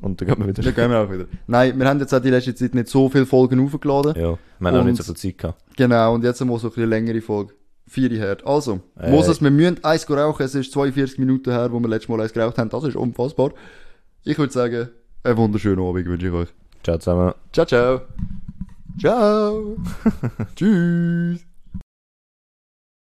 und dann gehen wir
Dann
wieder.
gehen wir auch wieder. Nein, wir haben jetzt auch die letzte Zeit nicht so viele Folgen hochgeladen.
Ja, wir haben auch
Und-
nicht so viel Zeit gehabt.
Genau, und jetzt haben wir so ein bisschen längere Folge. Vier her. Also,
Äh.
Moses, wir müssen eins rauchen. Es ist 42 Minuten her, wo wir letztes Mal eins geraucht haben. Das ist unfassbar. Ich würde sagen, einen wunderschönen Abend wünsche ich euch.
Ciao zusammen.
Ciao, ciao. Ciao. Tschüss.